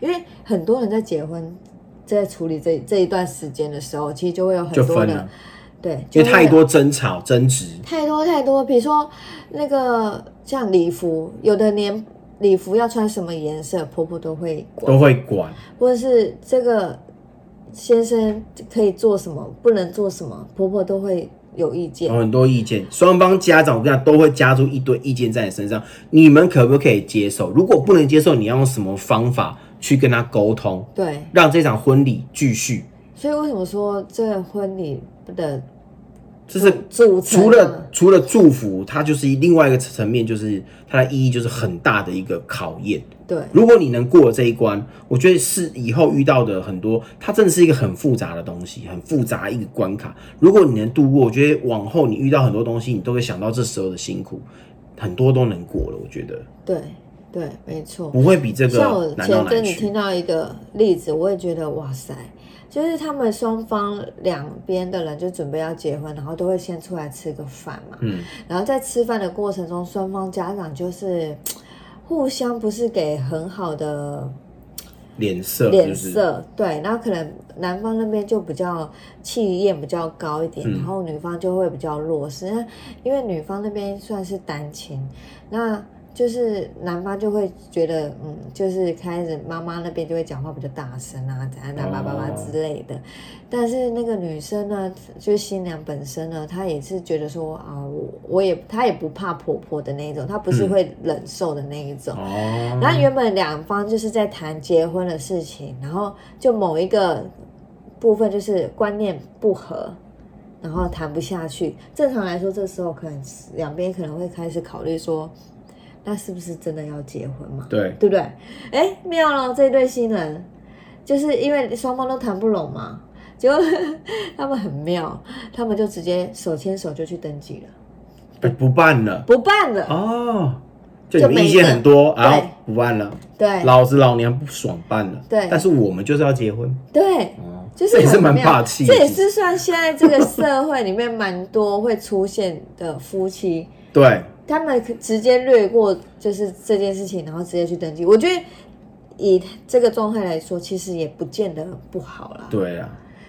Speaker 4: 因为很多人在结婚，在处理这这一段时间的时候，其实就会有很
Speaker 3: 就
Speaker 4: 多
Speaker 3: 分
Speaker 4: 的
Speaker 3: 了，
Speaker 4: 对，
Speaker 3: 因
Speaker 4: 就
Speaker 3: 为
Speaker 4: 会
Speaker 3: 太
Speaker 4: 有
Speaker 3: 多争吵、争执，
Speaker 4: 太多太多，比如说那个像礼服，有的连礼服要穿什么颜色，婆婆都会管。
Speaker 3: 都会管。
Speaker 4: 或者是这个先生可以做什么，不能做什么，婆婆都会有意见。
Speaker 3: 有很多意见，双方家长我跟你讲都会加注一堆意见在你身上，你们可不可以接受？如果不能接受，你要用什么方法去跟他沟通，
Speaker 4: 对，
Speaker 3: 让这场婚礼继续？
Speaker 4: 所以为什么说这个婚礼的
Speaker 3: 就是
Speaker 4: 组成啊
Speaker 3: 除了除了祝福，它就是另外一个层面，就是它的意义就是很大的一个考验。
Speaker 4: 对
Speaker 3: 如果你能过了这一关，我觉得是以后遇到的很多，它真的是一个很复杂的东西，很复杂一个关卡。如果你能度过，我觉得往后你遇到很多东西，你都会想到这时候的辛苦，很多都能过了。我觉得
Speaker 4: 对对，没错。
Speaker 3: 不会比这
Speaker 4: 像我
Speaker 3: 个难到
Speaker 4: 前
Speaker 3: 哪
Speaker 4: 阵
Speaker 3: 里
Speaker 4: 子
Speaker 3: 去
Speaker 4: 听。到一个例子，我也觉得哇塞，就是他们双方两边的人就准备要结婚，然后都会先出来吃个饭嘛，
Speaker 3: 嗯，
Speaker 4: 然后在吃饭的过程中，双方家长就是互相不是给很好的
Speaker 3: 脸色
Speaker 4: 脸
Speaker 3: 就是
Speaker 4: 色，对，然后可能男方那边就比较气焰比较高一点，
Speaker 3: 嗯
Speaker 4: 然后女方就会比较弱势，那因为女方那边算是单亲，那就是男方就会觉得，嗯，就是开始妈妈那边就会讲话比较大声啊，怎样怎样叭叭叭
Speaker 3: 哦
Speaker 4: 之类的，但是那个女生呢，就是新娘本身呢，她也是觉得说啊，我我也她也不怕婆婆的那一种，她不是
Speaker 3: 嗯
Speaker 4: 会忍受的那一种，
Speaker 3: 哦，
Speaker 4: 然后原本两方就是在谈结婚的事情，然后就某一个部分就是观念不合，然后谈不下去。正常来说，这时候可能两边可能会开始考虑说，那是不是真的要结婚嘛？
Speaker 3: 对
Speaker 4: 对不对？哎，妙了，这对新人就是因为双方都谈不拢嘛，结果他们很妙，他们就直接手牵手就去登记了，
Speaker 3: 不不办了
Speaker 4: 不办了。
Speaker 3: 哦，就
Speaker 4: 就
Speaker 3: 你们
Speaker 4: 没
Speaker 3: 意见
Speaker 4: 了
Speaker 3: 很多，然后
Speaker 4: 对
Speaker 3: 不办了，
Speaker 4: 对
Speaker 3: 老子老娘不爽办了，
Speaker 4: 对
Speaker 3: 但是我们就是要结婚。
Speaker 4: 对，
Speaker 3: 哦
Speaker 4: 就是
Speaker 3: 这也是
Speaker 4: 很
Speaker 3: 蛮
Speaker 4: 妙
Speaker 3: 霸气的
Speaker 4: 这也
Speaker 3: 其实
Speaker 4: 是算现在这个社会里面蛮多会出现的夫妻，
Speaker 3: 对，
Speaker 4: 他们直接略过就是这件事情，然后直接去登记。我觉得以这个状态来说，其实也不见得不好啦，
Speaker 3: 对啊，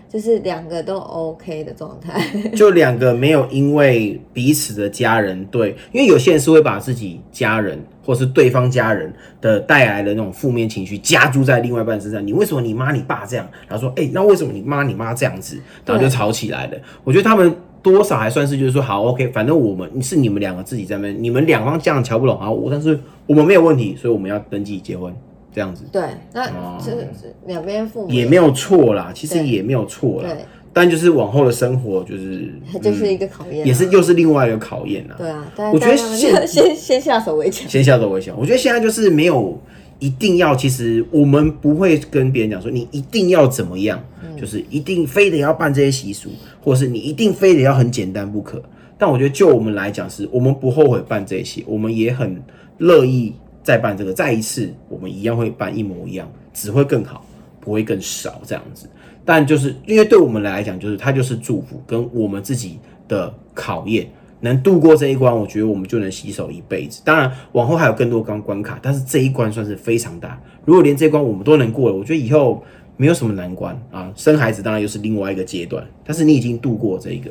Speaker 4: 就是两个都 OK 的状态。 *laughs*
Speaker 3: 就两个没有因为彼此的家人对，因为有些人是会把自己家人或是对方家人的带来的那种负面情绪加注在另外一半身上。你为什么你妈你爸这样？然后说，哎、那为什么你妈你妈这样子？然后就
Speaker 4: 对
Speaker 3: 吵起来了。我觉得他们。多少还算是，就是说好，OK，反正我们是你们两个自己在那边，你们两方家长瞧不拢啊，我但是我们没有问题，所以我们要登记结婚，这样子
Speaker 4: 对，那
Speaker 3: 哦
Speaker 4: 这这两边父母
Speaker 3: 也没有错啦，其实
Speaker 4: 对
Speaker 3: 也没有错啦，
Speaker 4: 对，
Speaker 3: 但就是往后的生活就是 *laughs*
Speaker 4: 它就是一
Speaker 3: 嗯
Speaker 4: 个考验啊、
Speaker 3: 也是又是另外一个考验啊。
Speaker 4: 对啊，但
Speaker 3: 我觉得
Speaker 4: 但他们就 *laughs*
Speaker 3: 现
Speaker 4: 先先下手为强。
Speaker 3: *laughs* 先下手为强，我觉得现在就是没有一定要，其实我们不会跟别人讲说你一定要怎么样，
Speaker 4: 嗯
Speaker 3: 就是一定非得要办这些习俗，或是你一定非得要很简单不可。但我觉得就我们来讲是，我们不后悔办这些，我们也很乐意再办这个，再一次我们一样会办一模一样，只会更好，不会更少这样子。但就是因为对我们来讲，就是它就是祝福跟我们自己的考验，能度过这一关，我觉得我们就能洗手一辈子。当然，往后还有更多关关卡，但是这一关算是非常大。如果连这一关我们都能过了，我觉得以后没有什么难关啊。生孩子当然又是另外一个阶段，但是你已经度过这一个，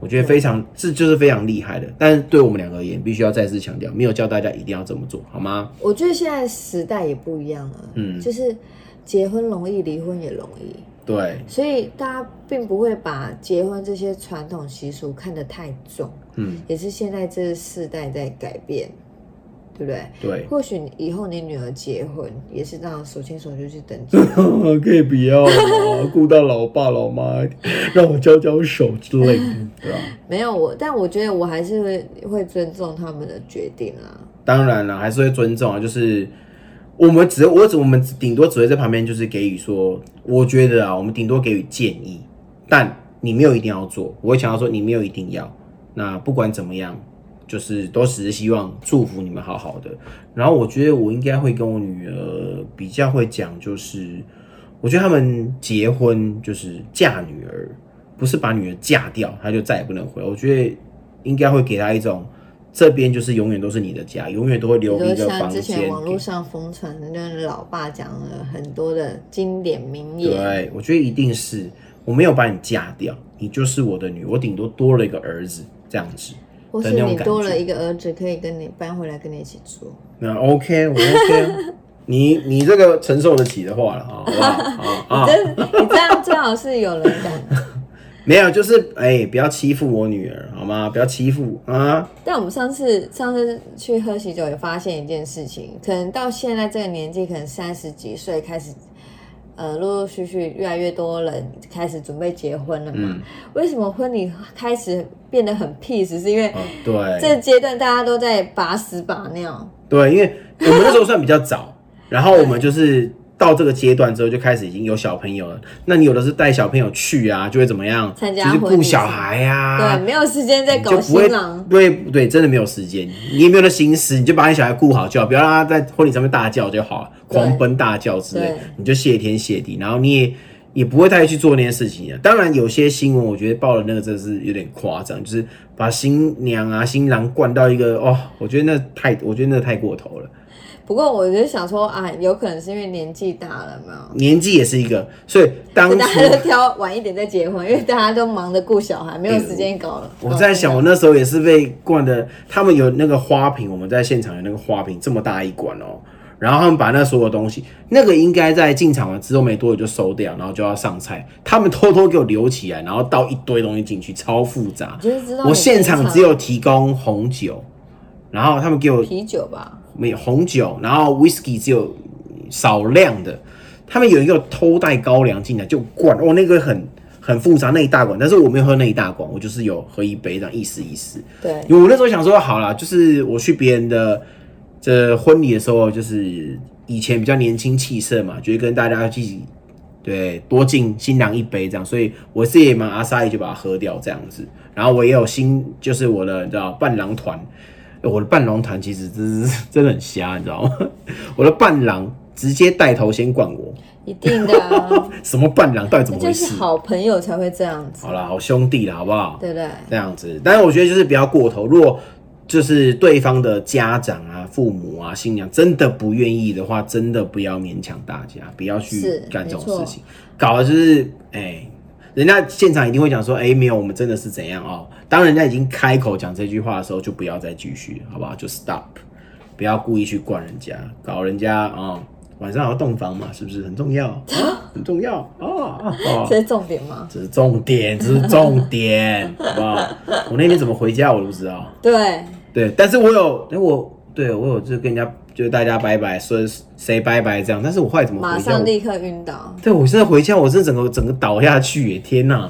Speaker 3: 我觉得非常这就是非常厉害的。但是对我们两个而言，必须要再次强调，没有叫大家一定要这么做，好吗？
Speaker 4: 我觉得现在时代也不一样了，
Speaker 3: 嗯
Speaker 4: 就是结婚容易，离婚也容易，
Speaker 3: 对，
Speaker 4: 所以大家并不会把结婚这些传统习俗看得太重，
Speaker 3: 嗯，
Speaker 4: 也是现在这世代在改变，对不对？
Speaker 3: 对。
Speaker 4: 或许你以后你女儿结婚也是这样手牵手就去登
Speaker 3: *laughs*
Speaker 4: 记，
Speaker 3: 可以不要吗？顾到老爸老妈，让我交交手之类的，对吧、
Speaker 4: 没有我，但我觉得我还是会会尊重他们的决定啊啦。
Speaker 3: 当然了，还是会尊重啊，就是我们只我只我们顶多只会在旁边就是给予说，我觉得啊，我们顶多给予建议，但你没有一定要做，我会强调说你没有一定要。那不管怎么样，就是都只是希望祝福你们好好的。然后我觉得我应该会跟我女儿比较会讲，就是我觉得他们结婚就是嫁女儿，不是把女儿嫁掉，她就再也不能回来。我觉得应该会给她一种。这边就是永远都是你的家，永远都会
Speaker 4: 比
Speaker 3: 留
Speaker 4: 如
Speaker 3: 一个
Speaker 4: 像
Speaker 3: 房
Speaker 4: 之
Speaker 3: 间
Speaker 4: 前网
Speaker 3: 给
Speaker 4: 络上疯传，那老爸讲了很多的经典名言，
Speaker 3: 对，我觉得一定是我没有把你嫁掉，你就是我的女，我顶多多了一个儿子这样子。
Speaker 4: 或是
Speaker 3: 的那种
Speaker 4: 你
Speaker 3: 感
Speaker 4: 多了
Speaker 3: 觉哦
Speaker 4: 一个儿子，可以跟你搬回来跟你一起住。 *laughs*
Speaker 3: 那 OK，我 OK，啊你你这个承受得起的话了啊好不好啊啊！
Speaker 4: 真 *laughs* 你这样最好是有人敢。
Speaker 3: 没有，就是哎、不要欺负我女儿好吗？不要欺负啊！
Speaker 4: 但我们上次上次去喝喜酒也发现一件事情，可能到现在这个年纪，可能三十几岁开始，呃，陆陆续续越来越多人开始准备结婚了嘛。
Speaker 3: 嗯
Speaker 4: 为什么婚礼开始变得很 peace？是因为
Speaker 3: 哦，对，
Speaker 4: 这阶段大家都在把屎把尿，
Speaker 3: 对，因为我们那时候算比较早，然后我们就是到这个阶段之后就开始已经有小朋友了。那你有的是带小朋友去啊，就会怎么样？
Speaker 4: 参加
Speaker 3: 就是
Speaker 4: 婚
Speaker 3: 顾
Speaker 4: 礼
Speaker 3: 小孩啊呀、
Speaker 4: 对，没有时间在
Speaker 3: 你
Speaker 4: 搞
Speaker 3: 就不会
Speaker 4: 新郎。
Speaker 3: 对对，真的没有时间，你也没有那心思，你就把你小孩顾好就好，不要让他在婚礼上面大叫就好了，
Speaker 4: 对
Speaker 3: 狂奔大叫之类
Speaker 4: 对，
Speaker 3: 你就谢天谢地，然后你也也不会太去做那些事情啊。当然，有些新闻我觉得报的那个真的是有点夸张，就是把新娘啊新郎灌到一个哦，我觉得那太，我觉得那太过头了。
Speaker 4: 不过我就想说啊，有可能是因为年纪大了嘛，
Speaker 3: 年纪也是一个，所以当初
Speaker 4: 大家都挑晚一点再结婚，因为大家都忙着顾小孩，没有时间搞了。
Speaker 3: 我在想，我那时候也是被灌的，他们有那个花瓶，我们在现场有那个花瓶，这么大一管哦。然后他们把那所有东西，那个应该在进场了之后没多久就收掉，然后就要上菜。他们偷偷给我留起来，然后倒一堆东西进去，超复杂
Speaker 4: 我。就是知道
Speaker 3: 我
Speaker 4: 你
Speaker 3: 现
Speaker 4: 平
Speaker 3: 场只有提供红酒，然后他们给我
Speaker 4: 啤酒吧，
Speaker 3: 没有红酒，然后 whisky 只有少量的。他们有一个偷带高粱进来，就灌哦，那个很很复杂那一大管，但是我没有喝那一大管，我就是有喝一杯这样意思意思。
Speaker 4: 对，
Speaker 3: 因为我那时候想说，好啦，就是我去别人的这婚礼的时候，就是以前比较年轻气盛嘛，就会跟大家一起对多敬新郎一杯这样，所以我自己也蛮阿萨伊就把它喝掉这样子。然后我也有新，就是我的你知道伴郎团，我的伴郎团其实真是 *laughs* 真的很瞎，你知道吗？ *laughs* 我的伴郎直接带头先灌我，
Speaker 4: 一定的、啊，
Speaker 3: 什么伴郎到底 *laughs* 怎
Speaker 4: 那
Speaker 3: 么
Speaker 4: 就
Speaker 3: 回
Speaker 4: 是
Speaker 3: 事？
Speaker 4: 好朋友才会这样子，
Speaker 3: 好啦，好兄弟啦，好不好？
Speaker 4: 对不对？
Speaker 3: 这样子。但是我觉得就是不要过头，如果就是对方的家长啊、父母啊、新娘真的不愿意的话，真的不要勉强大家，不要去
Speaker 4: 是
Speaker 3: 干这
Speaker 4: 没
Speaker 3: 种
Speaker 4: 错
Speaker 3: 事情，搞的就是哎、人家现场一定会讲说，哎、没有，我们真的是怎样哦。当人家已经开口讲这句话的时候，就不要再继续，好不好？就 stop，不要故意去灌人家，搞人家啊、哦晚上还要洞房嘛，是不是很重要？啊、很重要啊！哦哦
Speaker 4: 这是重点吗？
Speaker 3: 这是重点，这是重
Speaker 4: *laughs*
Speaker 3: 点，好不好？我那天怎么回家我都不知道。
Speaker 4: 对，
Speaker 3: 对，但是我有，哎、我对我有就跟人家就是大家拜拜，说谁拜拜这样，但是我后来怎么
Speaker 4: 马
Speaker 3: 回家？
Speaker 4: 上
Speaker 3: 我
Speaker 4: 立刻晕倒，
Speaker 3: 对我现在回家，我是整个整个倒下去耶！天
Speaker 4: *laughs*
Speaker 3: 哪，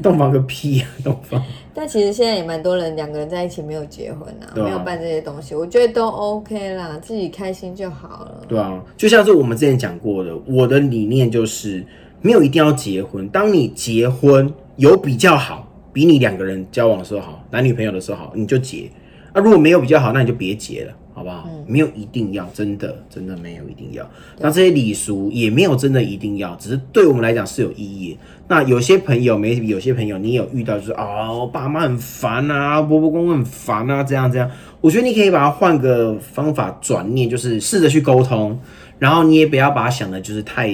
Speaker 3: 洞房个屁啊，洞房！
Speaker 4: 但其实现在也蛮多人两个人在一起没有结婚啊，
Speaker 3: 对啊
Speaker 4: 没有办这些东西，我觉得都 OK 啦，自己开心就好了。
Speaker 3: 对啊，就像是我们之前讲过的，我的理念就是没有一定要结婚。当你结婚有比较好，比你两个人交往的时候好，男女朋友的时候好，你就结。啊，如果没有比较好，那你就别结了，好不好？没有一定要，真的真的没有一定要。那这些礼俗也没有真的一定要，只是对我们来讲是有意义的。那有些朋友没，有些朋友你有遇到就是哦，爸妈很烦啊，婆婆公公很烦啊，这样这样。我觉得你可以把它换个方法转念，就是试着去沟通，然后你也不要把它想的就是太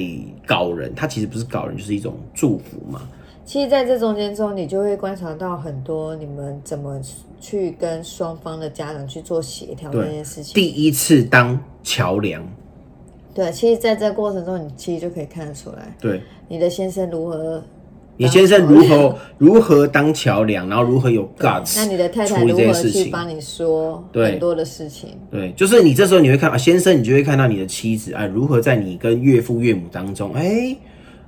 Speaker 3: 搞人，它其实不是搞人，就是一种祝福嘛。
Speaker 4: 其实，在这中间中，你就会观察到很多你们怎么去跟双方的家长去做协调
Speaker 3: 对
Speaker 4: 这件事情。
Speaker 3: 第一次当桥梁，
Speaker 4: 对，其实在这过程中，你其实就可以看得出来，
Speaker 3: 对
Speaker 4: 你的先生如何，
Speaker 3: 你先生如何如何当桥梁，然后如何有
Speaker 4: 那
Speaker 3: guts，
Speaker 4: 你的太太
Speaker 3: 处理
Speaker 4: 如
Speaker 3: 这些
Speaker 4: 何
Speaker 3: 事
Speaker 4: 去
Speaker 3: 情
Speaker 4: 帮你说
Speaker 3: 对
Speaker 4: 很多的事情。
Speaker 3: 对，就是你这时候你会看啊，先生，你就会看到你的妻子啊，如何在你跟岳父岳母当中，哎、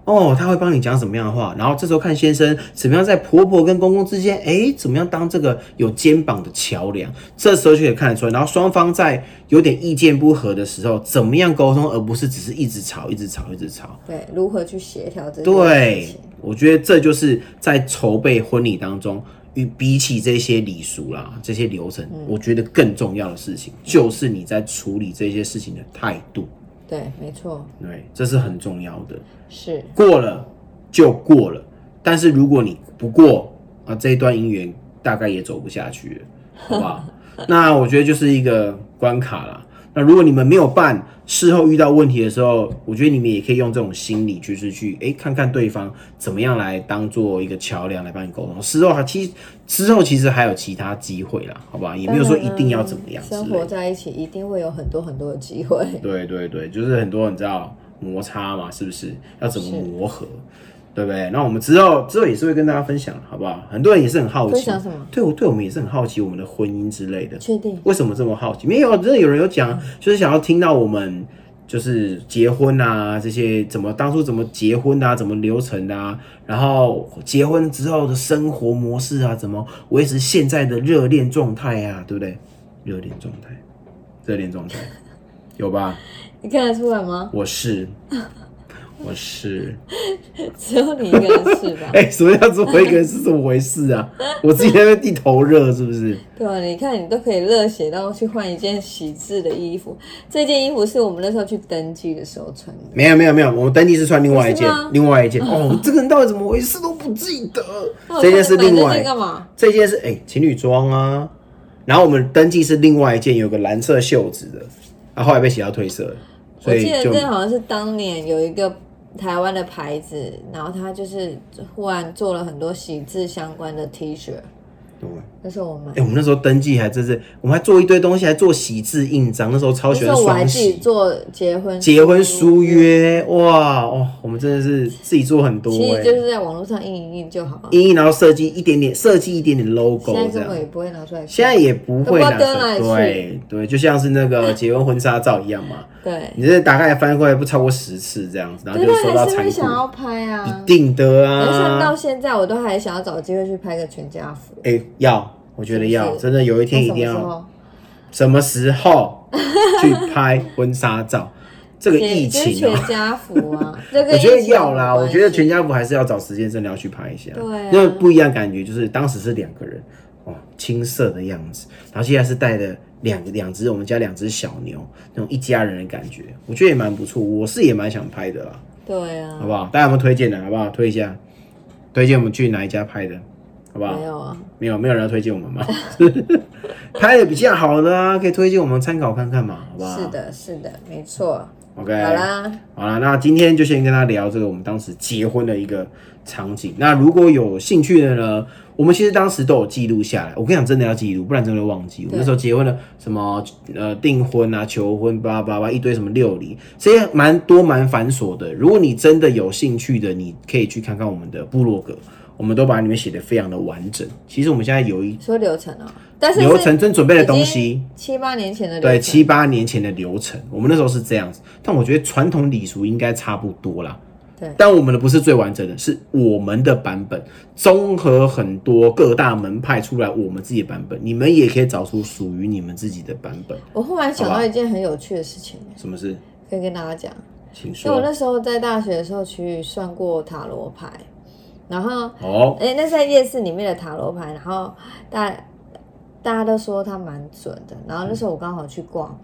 Speaker 3: 哦，他会帮你讲什么样的话，然后这时候看先生怎么样在婆婆跟公公之间，哎，怎么样当这个有肩膀的桥梁，这时候就可以看得出来。然后双方在有点意见不合的时候，怎么样沟通，而不是只是一直吵、一直吵、一直吵。
Speaker 4: 对，如何去协调这件事
Speaker 3: 对
Speaker 4: 情？，
Speaker 3: 我觉得这就是在筹备婚礼当中，与比起这些礼俗啦、这些流程，我觉得更重要的事情就是你在处理这些事情的态度。
Speaker 4: 对，没错，
Speaker 3: 对，这是很重要的。
Speaker 4: 是
Speaker 3: 过了就过了，但是如果你不过啊，这一段姻缘大概也走不下去了，好不好？那我觉得就是一个关卡啦。那如果你们没有办，事后遇到问题的时候，我觉得你们也可以用这种心理，就是去哎、诶看看对方怎么样来当做一个桥梁来帮你沟通。事后还其实之后其实还有其他机会啦，好不好？也没有
Speaker 4: 嗯
Speaker 3: 说一定要怎么样之
Speaker 4: 生
Speaker 3: 类
Speaker 4: 活
Speaker 3: 的。
Speaker 4: 在一起一定会有很多很多的机会。
Speaker 3: 对对对，就是很多人知道摩擦嘛，是不是？要怎么
Speaker 4: 是
Speaker 3: 磨合，对不对？那我们之后之后也是会跟大家分享，好不好？很多人也是很好奇，
Speaker 4: 分享什么？
Speaker 3: 对我对我们也是很好奇我们的婚姻之类的。
Speaker 4: 确定？
Speaker 3: 为什么这么好奇？没有，真的有人有讲，啊就是想要听到我们就是结婚啊这些怎么当初怎么结婚的啊，怎么流程的啊，然后结婚之后的生活模式啊，怎么维持现在的热恋状态啊，对不对？热恋状态，热恋状态，有吧？
Speaker 4: 你看得出来吗？
Speaker 3: 我是，我是，
Speaker 4: 只有你一个人是吧？
Speaker 3: 哎、什么叫做我一个人是怎么回事啊？我自己在那边地头热是不是？
Speaker 4: 对啊，你看你都可以热血到去换一件喜字的衣服，这件衣服是我们那时候去登记的时候穿的。
Speaker 3: 没有没有没有，我们登记是穿另外一件
Speaker 4: 不是吗，
Speaker 3: 另外一件。哦，这个人到底怎么回事都不记得
Speaker 4: 那。我
Speaker 3: 这件是
Speaker 4: 穿
Speaker 3: 另
Speaker 4: 这
Speaker 3: 外
Speaker 4: 件，干嘛？
Speaker 3: 这件是哎、情侣装啊。然后我们登记是另外一件，有个蓝色袖子的，啊，后来被写到褪色了，
Speaker 4: 我
Speaker 3: 所以
Speaker 4: 记得
Speaker 3: 就
Speaker 4: 这好像是当年有一个台湾的牌子，然后他就是忽然做了很多喜字相关的 T 恤，
Speaker 3: 对
Speaker 4: 那时候我买
Speaker 3: 哎、。我们那时候登记还真是，我们还做一堆东西，还做喜字印章，那时候超
Speaker 4: 那
Speaker 3: 喜
Speaker 4: 时
Speaker 3: 欢
Speaker 4: 候我还
Speaker 3: 双
Speaker 4: 自己
Speaker 3: 喜。
Speaker 4: 做结婚
Speaker 3: 结婚书，约，哇哦，我们真的是自己做很多
Speaker 4: 其
Speaker 3: 哎、
Speaker 4: 实就是在网络上印一印就好了。
Speaker 3: 印印然后设计一点点，设计一点点 logo
Speaker 4: 现在
Speaker 3: 这
Speaker 4: 根
Speaker 3: 样
Speaker 4: 本。也不会拿出来看。
Speaker 3: 现在也不会拿
Speaker 4: 都不知道丢哪里
Speaker 3: 出
Speaker 4: 去
Speaker 3: 对对，就像是那
Speaker 4: *laughs*
Speaker 3: 个结婚婚纱照一样嘛，
Speaker 4: 对，
Speaker 3: 你这打开来翻过来不超过十次这样子，然后
Speaker 4: 对
Speaker 3: 就
Speaker 4: 对，
Speaker 3: 收
Speaker 4: 还
Speaker 3: 到
Speaker 4: 是
Speaker 3: 残
Speaker 4: 会想
Speaker 3: 酷，
Speaker 4: 要拍啊
Speaker 3: 一。定的
Speaker 4: 可是像到
Speaker 3: 啊，
Speaker 4: 现在，我都还想要找机会去拍个全家福。
Speaker 3: 哎、要，我觉得
Speaker 4: 是
Speaker 3: 要，
Speaker 4: 不是
Speaker 3: 真的有一天一定
Speaker 4: 那什么时
Speaker 3: 要，
Speaker 4: 候
Speaker 3: 什么时候去拍婚纱照？这个疫
Speaker 4: 就是
Speaker 3: 情、
Speaker 4: 全
Speaker 3: 啊。
Speaker 4: 家福
Speaker 3: *laughs*
Speaker 4: 啊，这个
Speaker 3: 我觉得要啦，我觉得全
Speaker 4: 家
Speaker 3: 家福还是要找时间真的要去拍一下，
Speaker 4: 对啊
Speaker 3: 因为不一样感觉，就是当时是两个人哦，青涩的样子，然后现在是带了两两只我们家两只小牛，那种一家人的感觉，我觉得也蛮不错，我是也蛮想拍的啦，
Speaker 4: 对啊，
Speaker 3: 好不好？大家有没有推荐的？好不好？推一下，推荐我们去哪一家拍的，好不好
Speaker 4: 没？有啊，
Speaker 3: 没有，没有人要推荐我们吗？ *laughs* 拍的比较好的啊，可以推荐我们参考看看嘛，好不好？
Speaker 4: 是的，是的，没错。
Speaker 3: ，OK，
Speaker 4: 好啦，
Speaker 3: 好啦，那今天就先跟大家聊这个我们当时结婚的一个场景。那如果有兴趣的呢，我们其实当时都有记录下来。我跟你讲，真的要记录，不然真的会忘记。我们那时候结婚了，什么呃订婚啊、求婚叭叭叭一堆什么六礼，这些蛮多蛮繁琐的。如果你真的有兴趣的，你可以去看看我们的部落格，我们都把里面写的非常的完整。其实我们现在有一
Speaker 4: 说流程啊，但是
Speaker 3: 流程真准备的东西，，
Speaker 4: 七八年前的流程
Speaker 3: 对，七八年前的流程，我们那时候是这样子，但我觉得传统礼俗应该差不多啦。
Speaker 4: 对
Speaker 3: 但我们的不是最完整的，是我们的版本，综合很多各大门派出来我们自己的版本，你们也可以找出属于你们自己的版本。
Speaker 4: 我忽然想
Speaker 3: 好
Speaker 4: 到
Speaker 3: 吧
Speaker 4: 一件很有趣的事情，
Speaker 3: 什么事？
Speaker 4: 可以跟大家讲。
Speaker 3: 请
Speaker 4: 因为
Speaker 3: 说。
Speaker 4: 我那时候在大学的时候去算过塔罗牌，然后
Speaker 3: 哦，
Speaker 4: 哎、那是在夜市里面的塔罗牌，然后大大家都说它蛮准的。然后那时候我刚好去逛，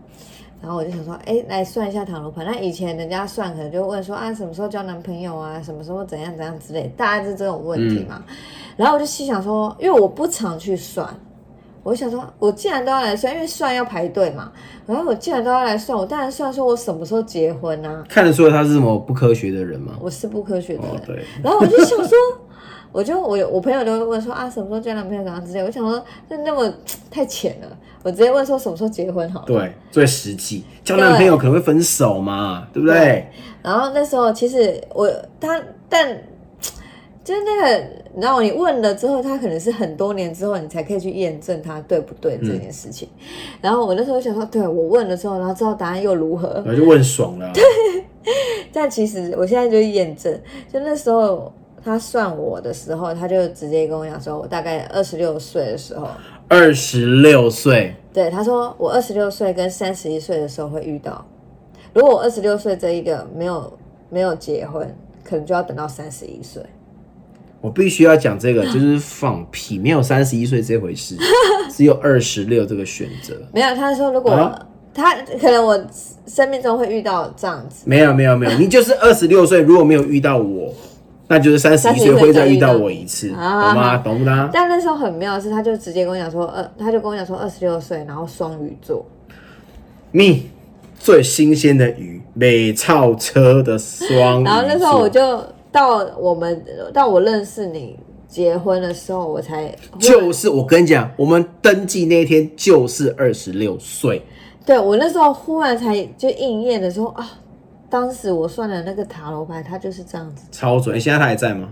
Speaker 4: 然后我就想说，哎、来算一下塔罗牌。那以前人家算可能就问说啊，什么时候交男朋友啊，什么时候怎样怎样之类，大概是这种问题嘛。然后我就心想说，因为我不常去算。我想说，我既然都要来算，因为算要排队嘛。然后我既然都要来算，我当然算说我什么时候结婚啊？
Speaker 3: 看得出来他是什么不科学的人吗？
Speaker 4: 我是不科学的人
Speaker 3: 哦，，对，
Speaker 4: 然后我就想说， *laughs* 我就我有我朋友都会问说啊，什么时候交男朋友怎样之类，我想说那那么太浅了，我直接问说什么时候结婚好了。
Speaker 3: 对，最实际。交男朋友可能会分手嘛，对不对
Speaker 4: 对？然后那时候其实我他但就是那个，然后你问了之后，他可能是很多年之后你才可以去验证他对不对这件事情。然后我那时候想说，对我问了之后，然后知道答案又如何，
Speaker 3: 然后就问爽了啊，
Speaker 4: 但其实我现在就验证，就那时候他算我的时候，他就直接跟我讲说，我大概二十六岁的时候，
Speaker 3: 二十六岁，
Speaker 4: 对他说我二十六岁跟三十一岁的时候会遇到。如果我二十六岁这一个没有没有结婚，可能就要等到三十一岁。
Speaker 3: 我必须要讲这个，就是放屁，没有三十一岁这回
Speaker 4: *laughs*
Speaker 3: 事，只有二十六这个选择。
Speaker 4: 没有，他说如果、
Speaker 3: 啊
Speaker 4: 他可能我生命中会遇到这样子，
Speaker 3: 没有没有没有，你就是二十六岁，如果没有遇到我，那就是三十一岁
Speaker 4: 31
Speaker 3: 会再遇到我一次，
Speaker 4: 再遇
Speaker 3: 懂
Speaker 4: 到你
Speaker 3: 吗？
Speaker 4: 啊
Speaker 3: 懂不啦？
Speaker 4: 但那时候很妙的是，他就直接跟我讲说，呃，他就跟我讲说二十六岁，然后双鱼座。
Speaker 3: 你最新鲜的鱼，美超车的双鱼座。
Speaker 4: 然后那时候我就到我们到我认识你结婚的时候，我才
Speaker 3: 就是我跟你讲，我们登记那一天就是二十六岁，
Speaker 4: 对我那时候忽然才就应验的时候啊，当时我算的那个塔罗牌，它就是这样子，
Speaker 3: 超准。欸现在他还在吗？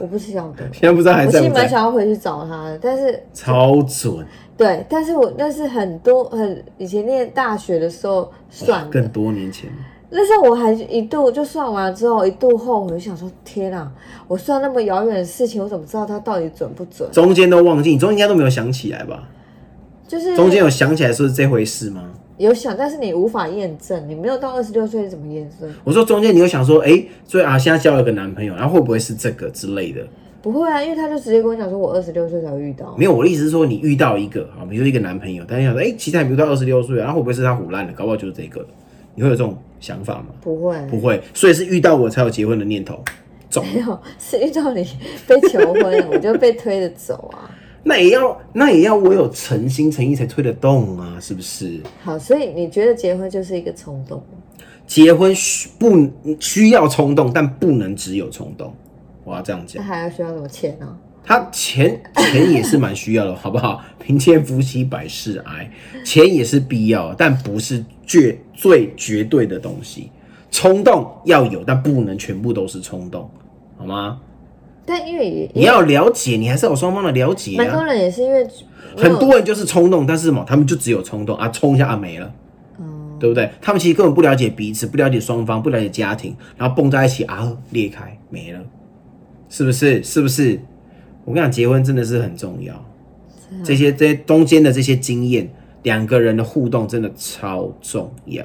Speaker 4: 我不是晓得。
Speaker 3: *laughs* 现在不知道还
Speaker 4: 我
Speaker 3: 在
Speaker 4: 其实
Speaker 3: 不
Speaker 4: 蛮
Speaker 3: 在。
Speaker 4: 想要回去找他的，但是
Speaker 3: 超准，
Speaker 4: 对，但是我那是很多很以前念大学的时候算
Speaker 3: 更
Speaker 4: 的，
Speaker 3: 多年前。
Speaker 4: 那时候我还一度就算完之后一度后悔，想说天啊，我算那么遥远的事情，我怎么知道它到底准不准？
Speaker 3: 中间都忘记，你中间应该都没有想起来吧？
Speaker 4: 就是
Speaker 3: 中间有想起来说是这回事吗？
Speaker 4: 有想，但是你无法验证，你没有到二十六岁怎么验证？
Speaker 3: 我说中间你有想说，哎、所以啊，现在交了个男朋友，啊然后会不会是这个之类的？
Speaker 4: 不会啊，因为他就直接跟我讲说，我二十六岁才会遇到
Speaker 3: 没。有，我的意思是说，你遇到一个啊，比如说一个男朋友，但是想说，哎、其实还不到二十六岁啊，然后会不会是他胡烂的？搞不好就是这个，你会有这种想法吗？
Speaker 4: 不会，
Speaker 3: 不会，所以是遇到我才有结婚的念头，中。
Speaker 4: 没有，是遇到你被求婚了，我就被推着走啊。 *laughs*
Speaker 3: 那也要，那也要我有诚心诚意才推得动啊，是不是？
Speaker 4: 好，所以你觉得结婚就是一个冲动吗？
Speaker 3: 结婚需不需要冲动，但不能只有冲动。我要这样
Speaker 4: 那
Speaker 3: 讲，
Speaker 4: 还要需要什么钱呢、
Speaker 3: 他钱钱也是蛮需要的，好不好？ *laughs* 贫贱夫妻百事哀，钱也是必要的，但不是绝最绝对的东西。冲动要有，但不能全部都是冲动，好吗？
Speaker 4: 但因为也
Speaker 3: 你要了解，你还是有双方的了解
Speaker 4: 蛮多
Speaker 3: 啊。
Speaker 4: 人也是因为没有
Speaker 3: 很多人就是冲动，但是什么，他们就只有冲动啊，冲一下啊没了。
Speaker 4: 嗯，
Speaker 3: 对不对？他们其实根本不了解彼此，不了解双方，不了解家庭，然后蹦在一起啊，裂开没了，是不是？是不是？我跟你讲，结婚真的是很重要，
Speaker 4: 啊
Speaker 3: 这些这些中间的这些经验，两个人的互动真的超重要，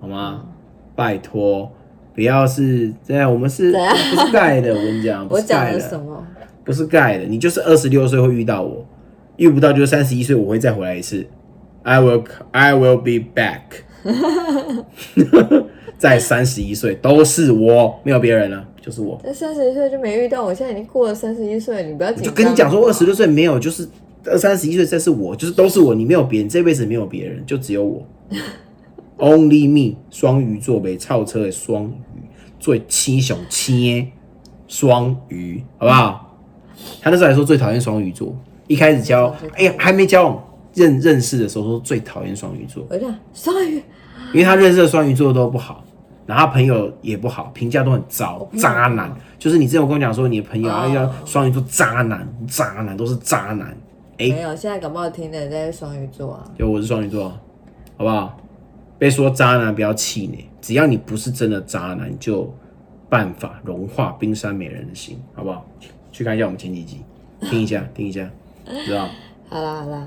Speaker 3: 好
Speaker 4: 嗯
Speaker 3: 吗？拜托，不要是这样，我们是
Speaker 4: 怎样
Speaker 3: 不是盖的，我跟你
Speaker 4: *laughs*
Speaker 3: 讲，不
Speaker 4: 啊我
Speaker 3: 是
Speaker 4: 讲
Speaker 3: 盖
Speaker 4: 了
Speaker 3: 的
Speaker 4: 什，么？
Speaker 3: 不是盖的，你就是二十六岁会遇到我，遇不到就是三十一岁，我会再回来一次。I will I will be back，在三十一岁都是我，没有别人了，就是我。
Speaker 4: 那三十一岁就没遇到，我现在已经过了三十一岁，你不要紧
Speaker 3: 我
Speaker 4: 张。
Speaker 3: 就跟你讲说，二十六岁没有，就是二三十一岁，这是我，就是都是我，你没有别人，这辈子没有别人，就只有
Speaker 4: *laughs*
Speaker 3: 我，Only me。双鱼座被超车的双鱼，最七雄切双鱼，好不好？他那时候还说最讨厌双鱼座，一开始
Speaker 4: 嗯
Speaker 3: 交，哎、呀，还没交往认认识的时候说最讨厌双鱼座，
Speaker 4: 我就讲双鱼，
Speaker 3: 因为他认识的双鱼座都不好，然后他朋友也不好，评价都很糟，渣男。就是你之前有跟我讲说，你的朋友啊
Speaker 4: 哦
Speaker 3: 要双鱼座渣男，渣男都是渣男。哎、
Speaker 4: 没有，现在感冒听的人在双鱼座啊。
Speaker 3: 就我是双鱼座，好不好？被说渣男不要气馁，只要你不是真的渣男，你就有办法融化冰山美人的心，好不好？去看一下我们前几集，听一下，听一下，知道？
Speaker 4: 好啦好啦，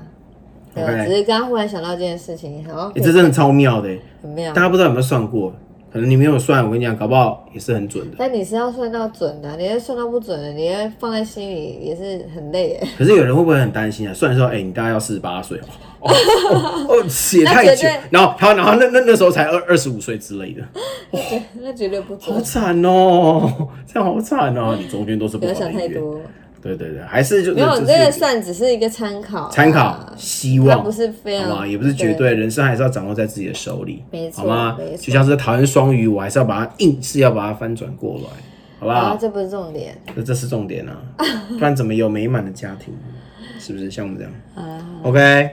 Speaker 3: OK
Speaker 4: 对我只是刚刚忽然想到这件事情，好像
Speaker 3: 哎、这真的超妙的、欸，
Speaker 4: 很妙
Speaker 3: 大。家不知道有没有算过？可能你没有算，我跟你讲，搞不好也是很准的。
Speaker 4: 但你是要算到准的啊，你要算到不准的，你要放在心里也是很累耶。
Speaker 3: 可是有人会不会很担心啊？虽然说，哎、你大概要四十八岁哦，哦，哦哦写太
Speaker 4: 那绝
Speaker 3: 久
Speaker 4: 对，
Speaker 3: 然后，然后，然后那那那时候才二二十五岁之类的，
Speaker 4: *laughs* 那绝对不准
Speaker 3: 好，惨哦，这样好惨哦，你中间都是
Speaker 4: 不
Speaker 3: 不
Speaker 4: 要
Speaker 3: 好的
Speaker 4: 想太
Speaker 3: 意愿，
Speaker 4: 多。
Speaker 3: 对对对，还是就
Speaker 4: 没有，
Speaker 3: 就
Speaker 4: 这个
Speaker 3: 是
Speaker 4: 算只是一个参考啊，
Speaker 3: 参考希
Speaker 4: 它
Speaker 3: 望，
Speaker 4: 不是非
Speaker 3: 好吗？
Speaker 4: 常，
Speaker 3: 也不是绝对，人生还是要掌握在自己的手里，
Speaker 4: 没错
Speaker 3: 好吗
Speaker 4: 没？错
Speaker 3: 就像是讨厌双鱼，我还是要把它硬是要把它翻转过来，好不好？
Speaker 4: 啊，这不是重点
Speaker 3: 那这是重
Speaker 4: *laughs*
Speaker 3: 点啊，不然怎么有美满的家庭？是不是像我们这样
Speaker 4: 啊。
Speaker 3: ？OK，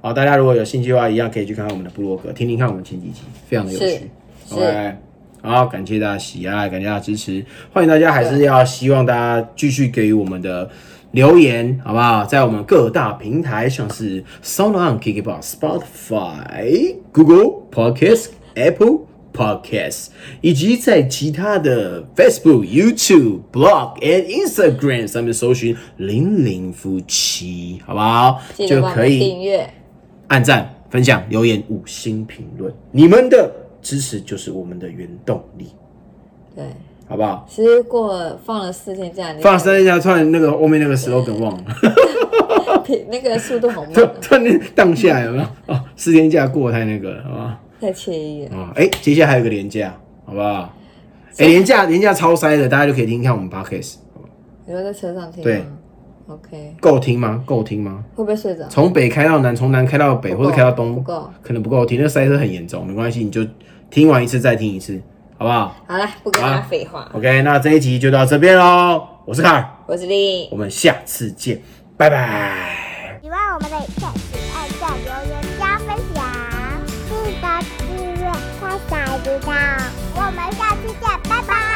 Speaker 3: 好，大家如果有兴趣的话，一样可以去看看我们的部落格，听听看我们前几集，非常的有趣。
Speaker 4: 是
Speaker 3: OK，好，感谢大家喜爱，感谢大家支持，欢迎大家还是要希望大家继续给予我们的。留言好不好？在我们各大平台，像是 Sound On、KKBox、Spotify、Google Podcasts、Apple Podcasts，以及在其他的 Facebook、YouTube、Blog and Instagram 上面搜寻“零零夫妻”，好不好？
Speaker 4: 记得
Speaker 3: 就
Speaker 4: 帮我
Speaker 3: 可
Speaker 4: 们
Speaker 3: 以
Speaker 4: 订阅，
Speaker 3: 按赞、分享、留言、五星评论，你们的支持就是我们的原动力，
Speaker 4: 对。
Speaker 3: 好不好？
Speaker 4: 其实过了放了四天假，你
Speaker 3: 放生一下，突然那个后面那个 slogan 忘了，
Speaker 4: 那个速度好慢
Speaker 3: 突 *laughs*
Speaker 4: 啊，
Speaker 3: 突然荡下来有没有？哦，四天假过太那个了，好吧？
Speaker 4: 太惬意了。
Speaker 3: 啊，哎、接下来还有个廉价，好不好？哎、廉价廉价超塞的，大家就可以听一看我们 podcast，
Speaker 4: 你说在车上听
Speaker 3: 对
Speaker 4: 吗？ OK，
Speaker 3: 够听吗？够听吗？
Speaker 4: 会不会睡着？
Speaker 3: 从北开到南，从南开到北，
Speaker 4: 不
Speaker 3: 或
Speaker 4: 够
Speaker 3: 者开到
Speaker 4: 不
Speaker 3: 东，
Speaker 4: 够。
Speaker 3: 可能不够听，那塞车很严重，没关系，你就听完一次再听一次，好不好
Speaker 4: 好了，不跟大家
Speaker 3: 好啊
Speaker 4: 废话。
Speaker 3: ？OK，那这一集就到这边喽。我是卡尔，
Speaker 4: 我是丽
Speaker 3: 我，们下次见，拜拜。
Speaker 1: 喜欢我们的影片，请按赞、留言、加分享，记得订阅，开小铃铛。我们下期见，拜拜。